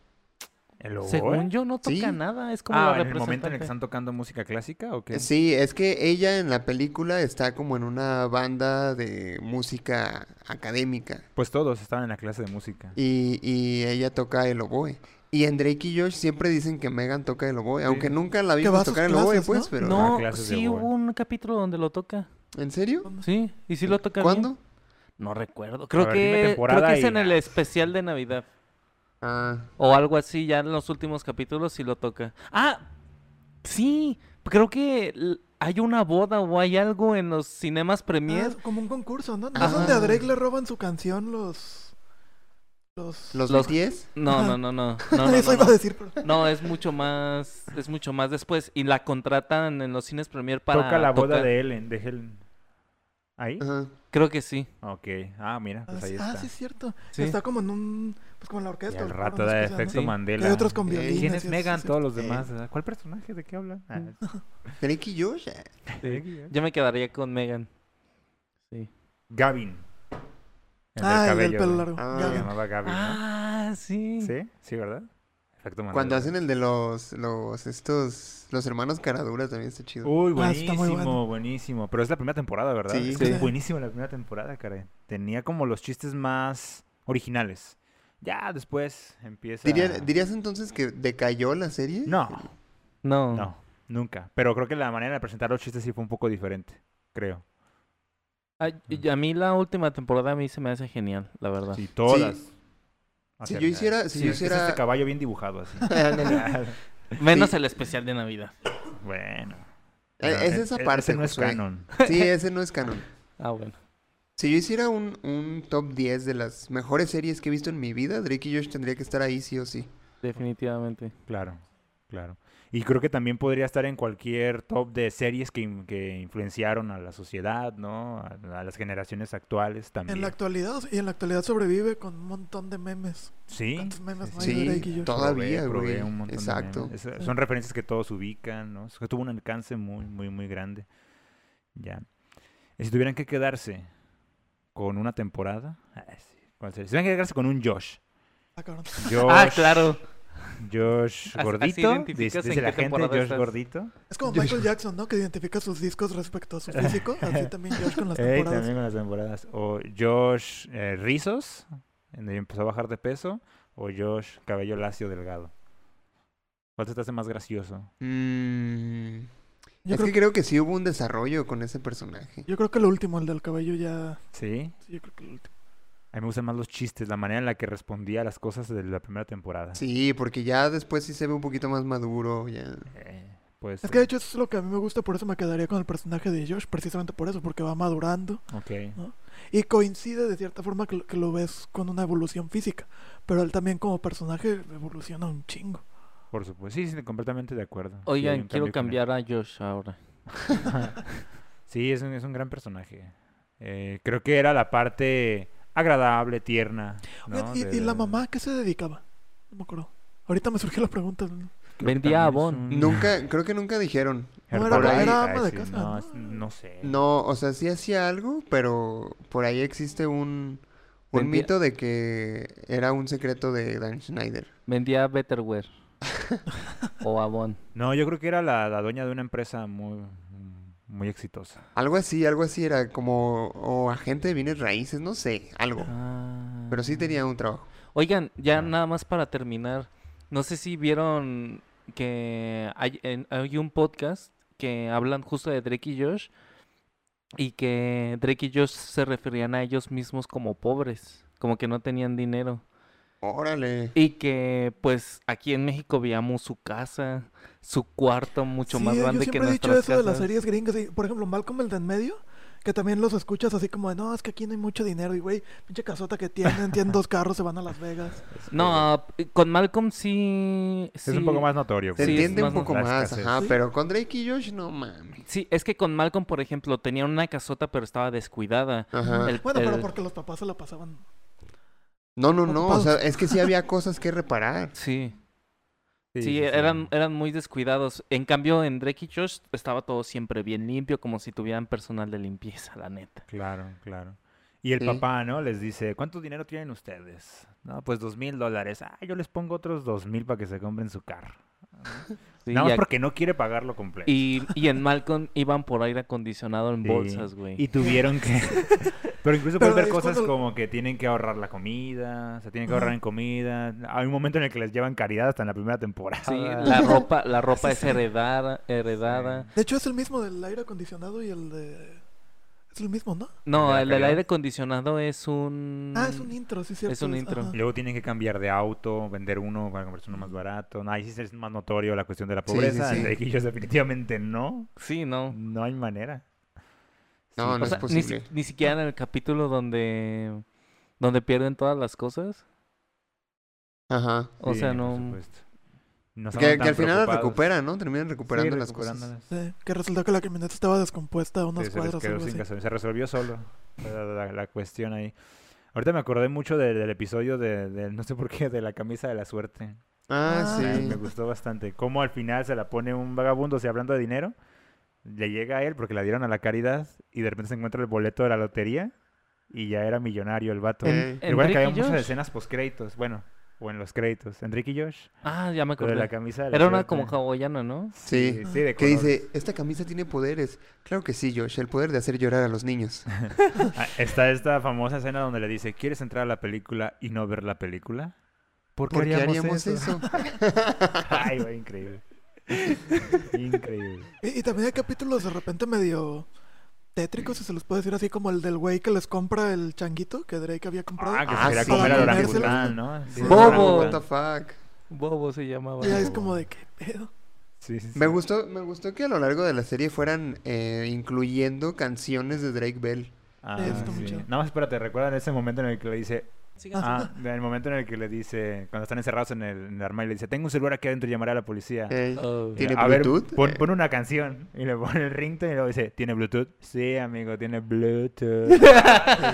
El rock. oboe. Según yo no toca ¿eh? Sí. nada. Es como Ah, la en el momento en el que representante. están tocando música clásica o qué? Sí, es que ella en la película está como en una banda de música académica. Pues todos estaban en la clase de música. Y, y ella toca el oboe. Y en Drake y Josh siempre dicen que Megan toca el oboe. Aunque nunca la va vimos a sus tocar el clases, oboe, ¿no? pues, pero. Ah, No, clases de sí oboe. hubo un capítulo donde lo toca. ¿En serio? Sí, y sí lo toca bien. ¿Cuándo? No recuerdo. Creo ver, dime que, creo temporada que es en y- el especial de Navidad. Ah. O algo así, ya en los últimos capítulos sí lo toca. Ah, sí. Creo que l- hay una boda o hay algo en los cinemas Ah, premier. es como un concurso, ¿no? ¿No es Ajá. donde a Drake le roban su canción los. Los. (laughs) Los, Los- BTS. No, no, (laughs) no, no. no, no, Eso no, iba a no. decir, pero. No, es mucho más, es mucho más después. Y la contratan en los cines premier para Toca la boda tocar. de Ellen, de Helen. ¿Ahí? Ajá. Creo que sí. Ok. Ah, mira, Ah, pues sí, ahí ah, está. sí, es cierto. Sí. Está como en un. Pues como en la Y orquesta. al el coro, rato no sé de qué sea, ¿no? efecto Sí. Que Mandela. Hay otros con Eh, violines. ¿Quién es sí, Megan? sí, Mm. Todos los Sí. demás. ¿verdad? ¿Cuál personaje? ¿De qué habla? Ah, (laughs) Drake y Josh. eh. Yo me quedaría con Megan. Sí. Gavin. El del Ah, el del cabello, pelo ¿verdad? largo. Ah. Gavin. Se llamaba Gavin. ¿no? Ah, sí. Sí, sí, ¿verdad? Efecto Mandela. Cuando hacen el de los, los, estos, los hermanos caraduras también está chido. Uy, Ah, está buenísimo, muy bueno. buenísimo. Pero es la primera temporada, ¿verdad? Sí. Es que es Sí. buenísima la primera temporada, cara. Tenía como los chistes más originales. Ya después empieza. Diría- ¿Dirías entonces que decayó la serie? Ah. No, No. no, nunca. Pero creo que la manera de presentar los chistes sí fue un poco diferente, creo. Ah, y- A, mí la última temporada a mí se me hace genial, la verdad. Sí, todas. Ah. Si Hacia yo el- hiciera, si Sí, yo es que es este hiciera... caballo bien dibujado así. (laughs) Ándale. Menos Sí. el especial de Navidad. (laughs) bueno. Eh, es Pero, esa eh, parte, Ese no es Josué. canon. (laughs) Sí, ese no es canon. Ah, bueno. Si yo hiciera un, un top 10 de las mejores series que he visto en mi vida, Drake y Josh tendría que estar ahí sí o sí. Definitivamente. Claro, claro. Y creo que también podría estar en cualquier top de series que, in- que influenciaron a la sociedad, ¿no? A, a las generaciones actuales también. En la actualidad, y en la actualidad sobrevive con un montón de memes. Sí. ¿Cuántos memes no hay de Drake y Sí, Josh? todavía, Probé- probé güey. un montón de Exacto. memes. Es- Sí. son referencias que todos ubican, ¿no? Es que tuvo un alcance muy, muy, muy grande. Ya. Y si tuvieran que quedarse con una temporada, ah, sí, ¿cuál sería? Si tuvieran que quedarse con un Josh. Ah, cabrón. Josh (laughs) Ah, claro. Josh Así gordito, identificas dice, en dice qué la gente, temporada Josh estás. gordito. (laughs) Es como Michael Jackson, ¿no? Que identifica sus discos respecto a (laughs) su físico. Así también Josh con las Ey, temporadas. también con las temporadas. O Josh eh, Rizos, en donde empezó a bajar de peso. O Josh Cabello Lacio Delgado. ¿Cuál se te hace más gracioso? Mm, es Yo creo, que creo que sí hubo un desarrollo con ese personaje. yo creo que lo último, el del cabello ya... Sí. sí, Yo creo que lo último. A mí me gustan más los chistes, la manera en la que respondía a las cosas de la primera temporada. Sí, porque ya después sí se ve un poquito más maduro. Ya. Eh, pues. Es que de hecho eso es lo que a mí me gusta, por eso me quedaría con el personaje de Josh, precisamente por eso, porque va madurando Ok. y coincide de cierta forma que lo, que lo ves con una evolución física, pero él también como personaje evoluciona un chingo. Por supuesto. Sí, sí, completamente de acuerdo. Sí, hay Oigan, un quiero cambio cambiar a Josh ahora. con él. sí, es un, es un gran personaje. Eh, creo que era la parte agradable, tierna. Oye, ¿no? ¿Y, de- y la mamá a qué se dedicaba? No me acuerdo. Ahorita me surgió la pregunta. ¿no? Creo que Vendía también es abón. un- Nunca, creo que nunca dijeron. No, Por era- ahí, era ay, ama de sí, casa, Ah. No, ¿no? es- no sé. No, o sea, sí hacía algo, pero por ahí existe un, un Vendía- mito de que era un secreto de Dan Schneider. Vendía Betterware. (laughs) o Avon. No, yo creo que era la, la dueña de una empresa muy, muy exitosa. Algo así, algo así era como o agente de bienes raíces, no sé, algo. Ah. Pero sí tenía un trabajo. Oigan, ya Ah. nada más para terminar, no sé si vieron que hay, en- hay un podcast que hablan justo de Drake y Josh y que Drake y Josh se referían a ellos mismos como pobres, como que no tenían dinero Órale. y que pues aquí en México veíamos su casa, su cuarto mucho Sí, más grande yo que siempre he dicho nuestras eso de las casas. series gringas. y, por ejemplo, Malcolm el de en medio, que también los escuchas así como de, no, es que aquí no hay mucho dinero. Y, güey, pinche casota que tienen, tienen dos carros, se van a Las Vegas. No, p- con Malcolm sí, Es un poco sí- más notorio. Se Sí, es entiende un más poco la más, escasez. ajá, Sí. pero con Drake y Josh, no mames. Sí, es que con Malcolm, por ejemplo, tenía una casota pero estaba descuidada. Ajá. (laughs) El- Bueno, pero el- porque los papás se la pasaban. No, no, no, o Ocupados. sea, es que sí había cosas que reparar. Sí. Sí, eran, eh, eran muy descuidados. En cambio, en Drake y Josh estaba todo siempre bien limpio, como si tuvieran personal de limpieza, la neta. Claro, claro. Y el Sí. papá, ¿no? Les dice, ¿cuánto dinero tienen ustedes? No, pues dos mil dólares. Ah, yo les pongo otros dos mil para que se compren su carro. Sí, Nada y, más ac- porque no quiere pagarlo completo. y, y en Malcolm iban por aire acondicionado en Sí. bolsas, güey. Y tuvieron que... Pero incluso Pero puedes ver es cosas cuando- como que tienen que ahorrar la comida, se tienen que ahorrar Ajá. en comida. Hay un momento en el que les llevan caridad hasta en la primera temporada. Sí, (laughs) la ropa, la ropa es heredada, heredada. De hecho, es el mismo del aire acondicionado y el de. Es lo mismo, ¿no? No, ¿De la el del calidad? aire acondicionado es un... Ah, es un intro, sí, cierto. Mm, un intro. ajá. Ah. Y luego tienen que cambiar de auto, vender uno para comprarse Mm. uno más barato. No, ahí sí es más notorio la cuestión de la Sí, sí, pobreza. sí. Drake y Josh definitivamente no. Sí, no. No hay manera. No, Sí, no O es sea, ni, si- posible. ni siquiera en el capítulo donde, donde pierden todas las cosas. Ajá. O sí, sea, por no... supuesto. No Que, estaban que tan al final las preocupados. recuperan, ¿no? Terminan recuperando Sí, las cosas. recuperándolas. Sí, que resultó que la camioneta estaba descompuesta a Sí, unos se les cuadros o quedó algo sin así. gasolina, Se resolvió solo la, la- la cuestión ahí. Ahorita me acordé mucho de- del episodio de, de- no sé por qué, de la camisa de la suerte. Ah, Ah, Ah, sí. Me gustó bastante. Cómo al final se la pone un vagabundo, o sea, hablando de dinero, le llega a él porque la dieron a la caridad y de repente se encuentra el boleto de la lotería y ya era millonario el vato. Eh, En- en Igual que Drake había y muchas Josh. escenas post-créditos, bueno, o en los créditos. Enrique y Josh, Ah, ya me lo de acordé. la camisa de la ¿eh? Era una suerte. como hawaiana, ¿no? Sí, sí, de Que color. dice, esta camisa tiene poderes. Claro que sí, Josh, el poder de hacer llorar a los niños. Ah, Está esta famosa escena donde le dice, ¿quieres entrar a la película y no ver la película? ¿Por ¿Por qué haríamos eso? (laughs) (laughs) Ay, güey, increíble. (laughs) Increíble. Y, y también hay capítulos de repente medio tétricos, si se los puede decir así, como el del güey que les compra el changuito que Drake había comprado. Ah, que Ah, se quería sí. comer al Para orangután, ¿no? Sí, Sí. Bobo, ¡Bobo! what the fuck. Bobo se llamaba. Y ahí es como de qué pedo. Sí, sí, sí. Me gustó, me gustó que a lo largo de la serie fueran eh, incluyendo canciones de Drake Bell. Ah, Sí, está sí. muy chido. Nada más espérate, recuerdan ese momento en el que le dice, Ah, ah, en el momento en el que le dice, cuando están encerrados en el, en el armario, le dice, tengo un celular aquí adentro y llamaré a la policía. Eh, Oh. ¿Tiene a ver, Bluetooth? pon, Eh. pon una canción. Y le pone el ringtone y luego dice, ¿tiene Bluetooth? Sí, amigo, tiene Bluetooth.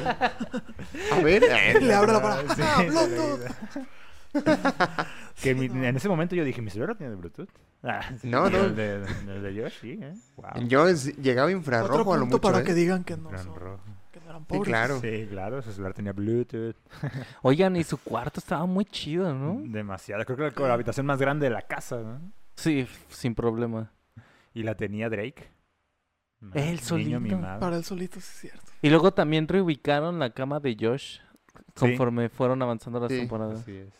a (laughs) ver, eh, (laughs) Le abre la (laughs) palabra. Sí, ¡Ah, sí, la Bluetooth! vida. (laughs) que mi- en ese momento yo dije, ¿mi celular tiene Bluetooth? (laughs) Ah, sí, No, y no. El de, el de Josh, sí, ¿eh? Wow. yo es- llegaba infrarrojo Otro a lo punto mucho. para ¿eh? que digan que no, Gran son- rojo. que no eran Sí, pobres. claro. Sí, claro, su celular tenía Bluetooth. Oigan, y su cuarto estaba muy chido, Mm. ¿no? Demasiado. Creo que era la habitación más grande de la casa, ¿no? Sí, f- sin problema. Y la tenía Drake. Ma- Él niño solito. mimado. Para él solito, sí es cierto. Y luego también reubicaron la cama de Josh conforme fueron avanzando las Sí. temporadas. Así es.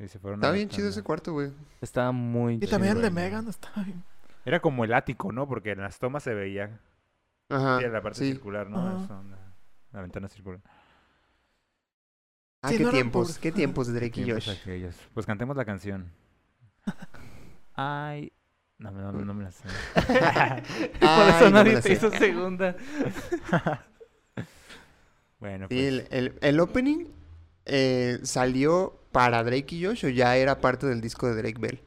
Y se fueron Estaba bien adaptando. chido ese cuarto, güey. Estaba muy Y chido. también el de bueno. Megan está bien. Era como el ático, ¿no? Porque en las tomas se veía. Ajá. sí, en la parte Ah, sí. circular, ¿no? Ajá. Eso, la, la ventana circular. Ah, Sí, qué no eran tiempos, pobres. qué tiempos de Drake y Tiempos Josh. (laughs) aquellos. Pues cantemos la canción. Ay. No, no, no me la sé. (laughs) Por Ay, eso no me nadie la te sé. hizo segunda. Bueno, Sí, pues. el, el- el opening eh, salió para Drake y Josh o ya era parte del disco de Drake Bell.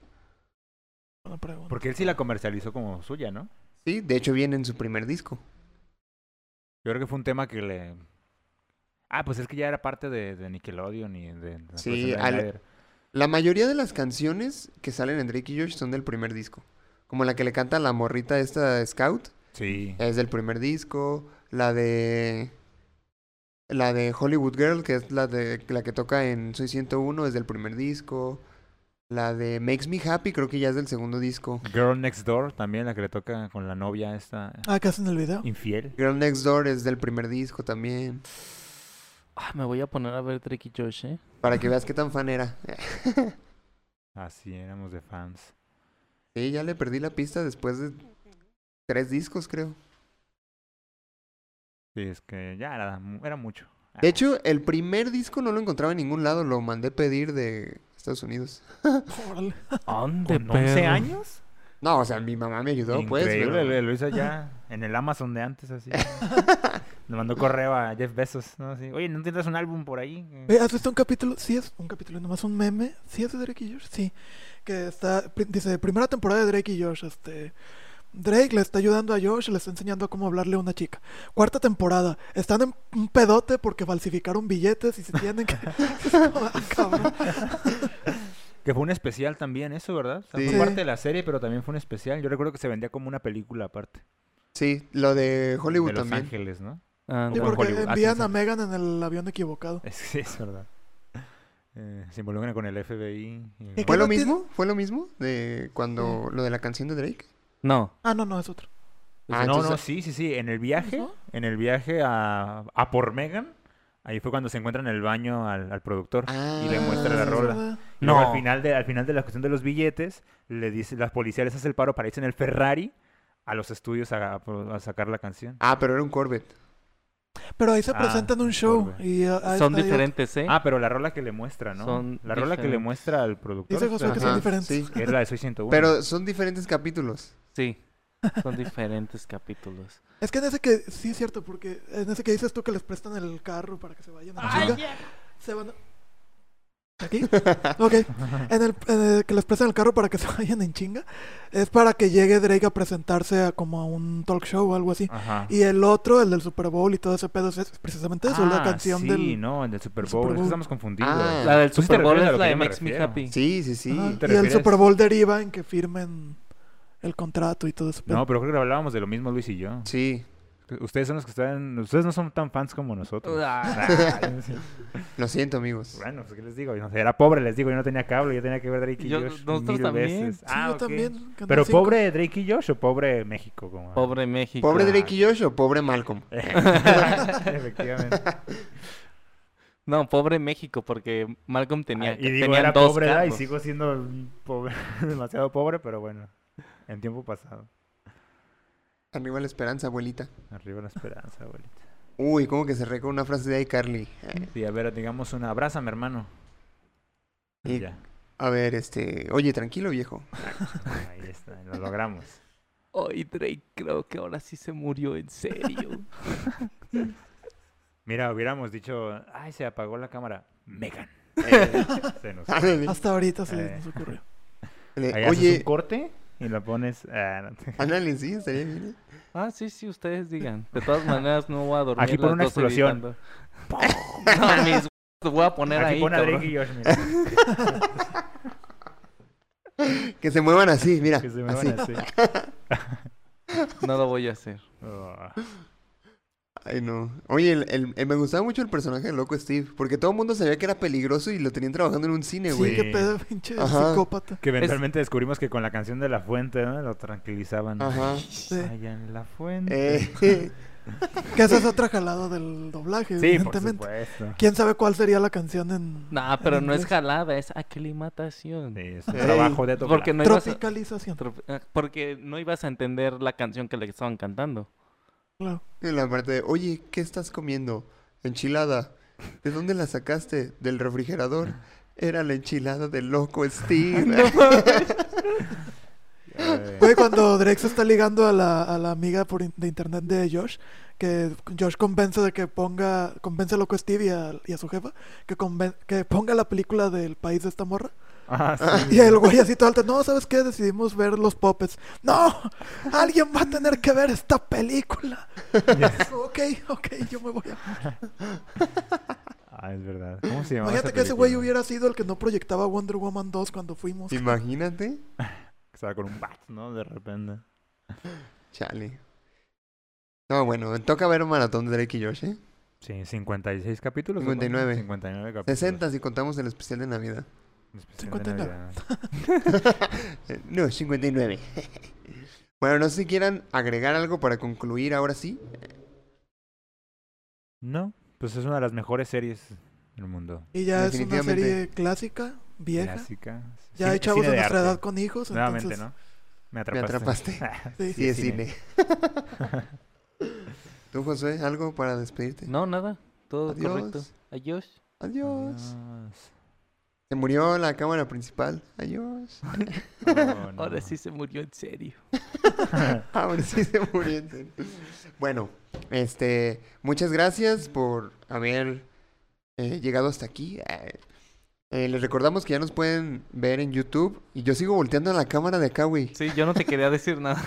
Buena pregunta. Porque él sí la comercializó como suya, ¿no? Sí, de hecho viene en su primer disco. Yo creo que fue un tema que le. Ah, pues es que ya era parte de, de Nickelodeon y de. de la Sí, producción de al- Snyder. La mayoría de las canciones que salen en Drake y Josh son del primer disco. Como la que le canta la morrita esta de Scout, Sí. es del primer disco. La de. La de Hollywood Girl, que es la de la que toca en Soy 101, es del primer disco. La de Makes Me Happy, creo que ya es del segundo disco. Girl Next Door también, la que le toca con la novia esta Ah, que hacen el video. infiel. Girl Next Door es del primer disco también. Ah, me voy a poner a ver Drake y Josh, ¿eh? Para que veas qué tan fan era. (laughs) Así éramos de fans. Sí, ya le perdí la pista después de tres discos, creo. Sí, es que ya era, mu- era mucho. De hecho, el primer disco no lo encontraba en ningún lado, lo mandé pedir de Estados Unidos. Órale. ¿Dónde, ¿Con 11 perro? años? No, o sea, mi mamá me ayudó, pues. Increíble, pero- lo- lo hizo ya en el Amazon de antes, (laughs) así. Le mandó correo a Jeff Bezos, ¿no? Así, Oye, ¿no tendrás un álbum por ahí? Eh, ¿Has visto un capítulo? Sí, es un capítulo, nomás un meme. Sí, es de Drake y Josh. Sí. Que está. pri- Dice, primera temporada de Drake y Josh. Este. Drake le está ayudando a Josh, le está enseñando a cómo hablarle a una chica. Cuarta temporada. Están en un pedote porque falsificaron billetes y se tienen (laughs) que. (laughs) Ah, cabrón. Que fue un especial también, eso, ¿verdad? O sea, Sí. Fue Sí. parte de la serie, pero también fue un especial. Yo recuerdo que se vendía como una película aparte. Sí, lo de Hollywood de Los también. Ángeles, ¿no? Ah, Sí, en bueno. porque Hollywood. envían Ah, a sí, Megan en el avión equivocado. (laughs) Es, sí, es verdad. Eh, se involucran con el FBI. y- ¿Y qué ¿Fue lo no tiene- mismo? ¿Fue lo mismo de cuando lo de la canción de Drake? No. Ah, no, no, es otro. Ah, no, no, entonces- sí, sí, sí. En el viaje, Ujú. en el viaje a, a por Megan, ahí fue cuando se encuentra en el baño al, al productor. Y le muestra la Ah, Sí, es rola. verdad. Y luego No. al final de, al final de la cuestión de los billetes, le dice, las policías les hace el paro para irse en el Ferrari a los estudios a, a sacar la canción. Ah, pero era un Corvette. Pero ahí se Ah, presentan en un show. Corvette. Y, ah, Son hay otro- diferentes, ¿eh? Ah, pero la rola que le muestra, ¿no? Son la rola que le diferentes. muestra al productor Dice Josué que ajá, son diferentes. Ah, Sí. es la de Soy 101. Pero son diferentes capítulos. Sí, son diferentes capítulos. Es que en ese que, sí es cierto, porque en ese que dices tú que les prestan el carro para que se vayan a la Ay, chinga, se van a- ¿Aquí? Ok. En el, en el que les prestan el carro para que se (laughs) vayan en chinga, es para que llegue Drake a presentarse a como a un talk show o algo así. Ajá. Y el otro, el del Super Bowl y todo ese pedo, es precisamente eso, la Ah, canción sí, del... no, en el Super del Bowl. Super es que Bowl. estamos confundidos. Ah. La del Tú sí te Super Bowl refieres a es lo la que de yo me Makes Me refiero. Happy. Sí, sí, sí. Ajá, ¿Te Y el refieres? Super Bowl deriva en que firmen el contrato y todo ese pedo. No, pero creo que hablábamos de lo mismo Luis y yo. Sí. Ustedes son los que están... Ustedes no son tan fans como nosotros. Ah, Lo siento, amigos. (laughs) Bueno, pues, ¿qué les digo? Yo no sé, era pobre, les digo, yo no tenía cable, yo tenía que ver Drake y Yo- Josh nosotros mil también. veces. Ah, Sí, Sí, yo ok. también. Canal Pero cinco. pobre Drake y Josh o pobre México, como (laughs) Pobre México. ¿Pobre Drake y Josh o pobre Malcolm? (laughs) Efectivamente. No, pobre México, porque Malcolm tenía y digo, tenían era dos pobre, ¿verdad? y carros. sigo siendo pobre, (laughs) demasiado pobre, pero bueno, en tiempo pasado. Arriba la esperanza, abuelita. Arriba la esperanza, abuelita. Uy, ¿cómo que se recuerda una frase de iCarly? Eh, Sí, a ver, digamos una, abrázame, hermano. Y- Ya, A ver, este... Oye, tranquilo, viejo. (laughs) ahí está, lo logramos. Ay, Drake, creo que ahora sí se murió en serio. Mira, hubiéramos dicho, ay, se apagó la cámara. (laughs) Megan. se nos... Ándale. Hasta ahorita se Eh. nos ocurrió. Eh, Le- Ahí haces un Oye, corte y la pones... ah, no te- ándale, sí, estaría bien. ¿eh? (laughs) ah, sí, sí, ustedes digan. De todas maneras, no voy a dormir. Aquí pon las una dos explosión. editando. (laughs) No, mis... Te voy a poner Aquí ahí, pone a cabrón. Drake y Josh, mira. ¿eh? Que se muevan (laughs) así, mira. que se (laughs) me así. van así. No lo voy a hacer. Oh. Ay, no. Oye, el- el- el- me gustaba mucho el personaje del loco Steve. Porque todo el mundo sabía que era peligroso y lo tenían trabajando en un cine, Sí, (laughs) güey. qué pedo, pinche Ajá. psicópata. Que eventualmente descubrimos que con la canción de La Fuente ¿no? lo tranquilizaban. Ajá. Ah, Sí. Allá en La Fuente. Eh, (laughs) Que esa es otra jalada del doblaje, sí, por evidentemente. supuesto. ¿Quién sabe cuál sería la canción en No, pero no (laughs) es inglés. jalada, es aclimatación. Sí, es un Eh, Ey. trabajo de doblaje. Porque no, ibas a, tropicalización? trop- ah, porque no ibas a entender la canción que le estaban cantando. Claro. en la parte de, oye, ¿qué estás comiendo? Enchilada. ¿De dónde la sacaste? Del refrigerador. Era la enchilada del (laughs) loco Steve. Ah, (laughs) Eh, Güey, cuando Drake se está ligando a la, a la amiga por in- de internet de Josh, que Josh convence de que ponga, convence a Loco Steve y a, y a su jefa, que, conven- que ponga la película del país de esta morra. ah, sí. (laughs) Y el güey así todo alto, no, ¿sabes qué? Decidimos ver los popes. ¡No! Alguien va a tener que ver esta película. (laughs) ok, ok, yo me voy a... Ah, es verdad. ¿Cómo se llama? Imagínate que ese güey hubiera sido el que no proyectaba Wonder Woman 2 cuando fuimos. Imagínate. Estaba con un bat, ¿no? De repente. Chale. No, bueno, toca ver un maratón de Drake y Josh, ¿eh? Sí, 56 capítulos. ¿o 59. cuántos? 59 capítulos. 60 si contamos el especial de Navidad. (laughs) Un especial de 59. Navidad. Eh, No, 59. (laughs) bueno, no sé si quieran agregar algo para concluir ahora sí. No, pues es una de las mejores series del mundo. Y ya es una Definitivamente. serie clásica, vieja. Clásica. Ya Cine- hay chavos cine de de nuestra arte. edad con hijos. Nuevamente, entonces, ¿no? Me Me atrapaste. (laughs) atrapaste. sí. Sí, es cine. (laughs) ¿Tú, José, algo para despedirte? No, nada. Todo Adiós. correcto. Adiós. Adiós. Adiós. Se murió la cámara principal. Adiós. Oh, no. Ahora sí se murió en serio. Ah, bueno, sí se murió. en serio. Bueno, este, muchas gracias por haber eh, llegado hasta aquí. Eh, eh, les recordamos que ya nos pueden ver en YouTube. Y yo sigo volteando a la cámara de acá, güey. Sí, yo no te quería decir nada.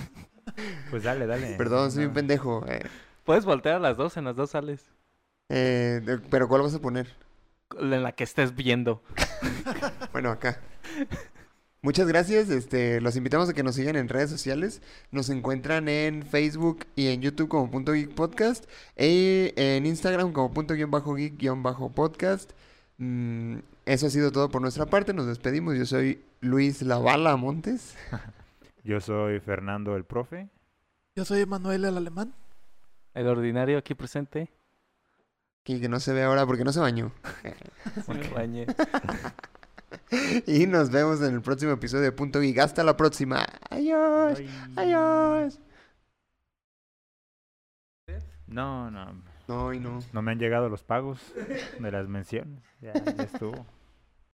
Pues dale, dale. Perdón, soy un No. pendejo. eh. Puedes voltear a las dos, en las dos sales. Eh, de- pero ¿cuál vas a poner? En la que estés viendo. Bueno, acá. Muchas gracias. Este, los invitamos a que nos sigan en redes sociales. Nos encuentran en Facebook y en YouTube como punto geek podcast. Y en Instagram como punto guión bajo geek guión bajo podcast. Mm, eso ha sido todo por nuestra parte. Nos despedimos. Yo soy Luis Lavala Montes. Yo soy Fernando el profe. Yo soy Emanuel el alemán. El ordinario aquí presente. Y que no se ve ahora porque no se bañó. (laughs) Sí me bañé. Y nos vemos en el próximo episodio de Punto Geek. Hasta la próxima. Adiós. Bye. Adiós. No, no. No, y no. No me han llegado los pagos de las menciones. Ya, ya estuvo.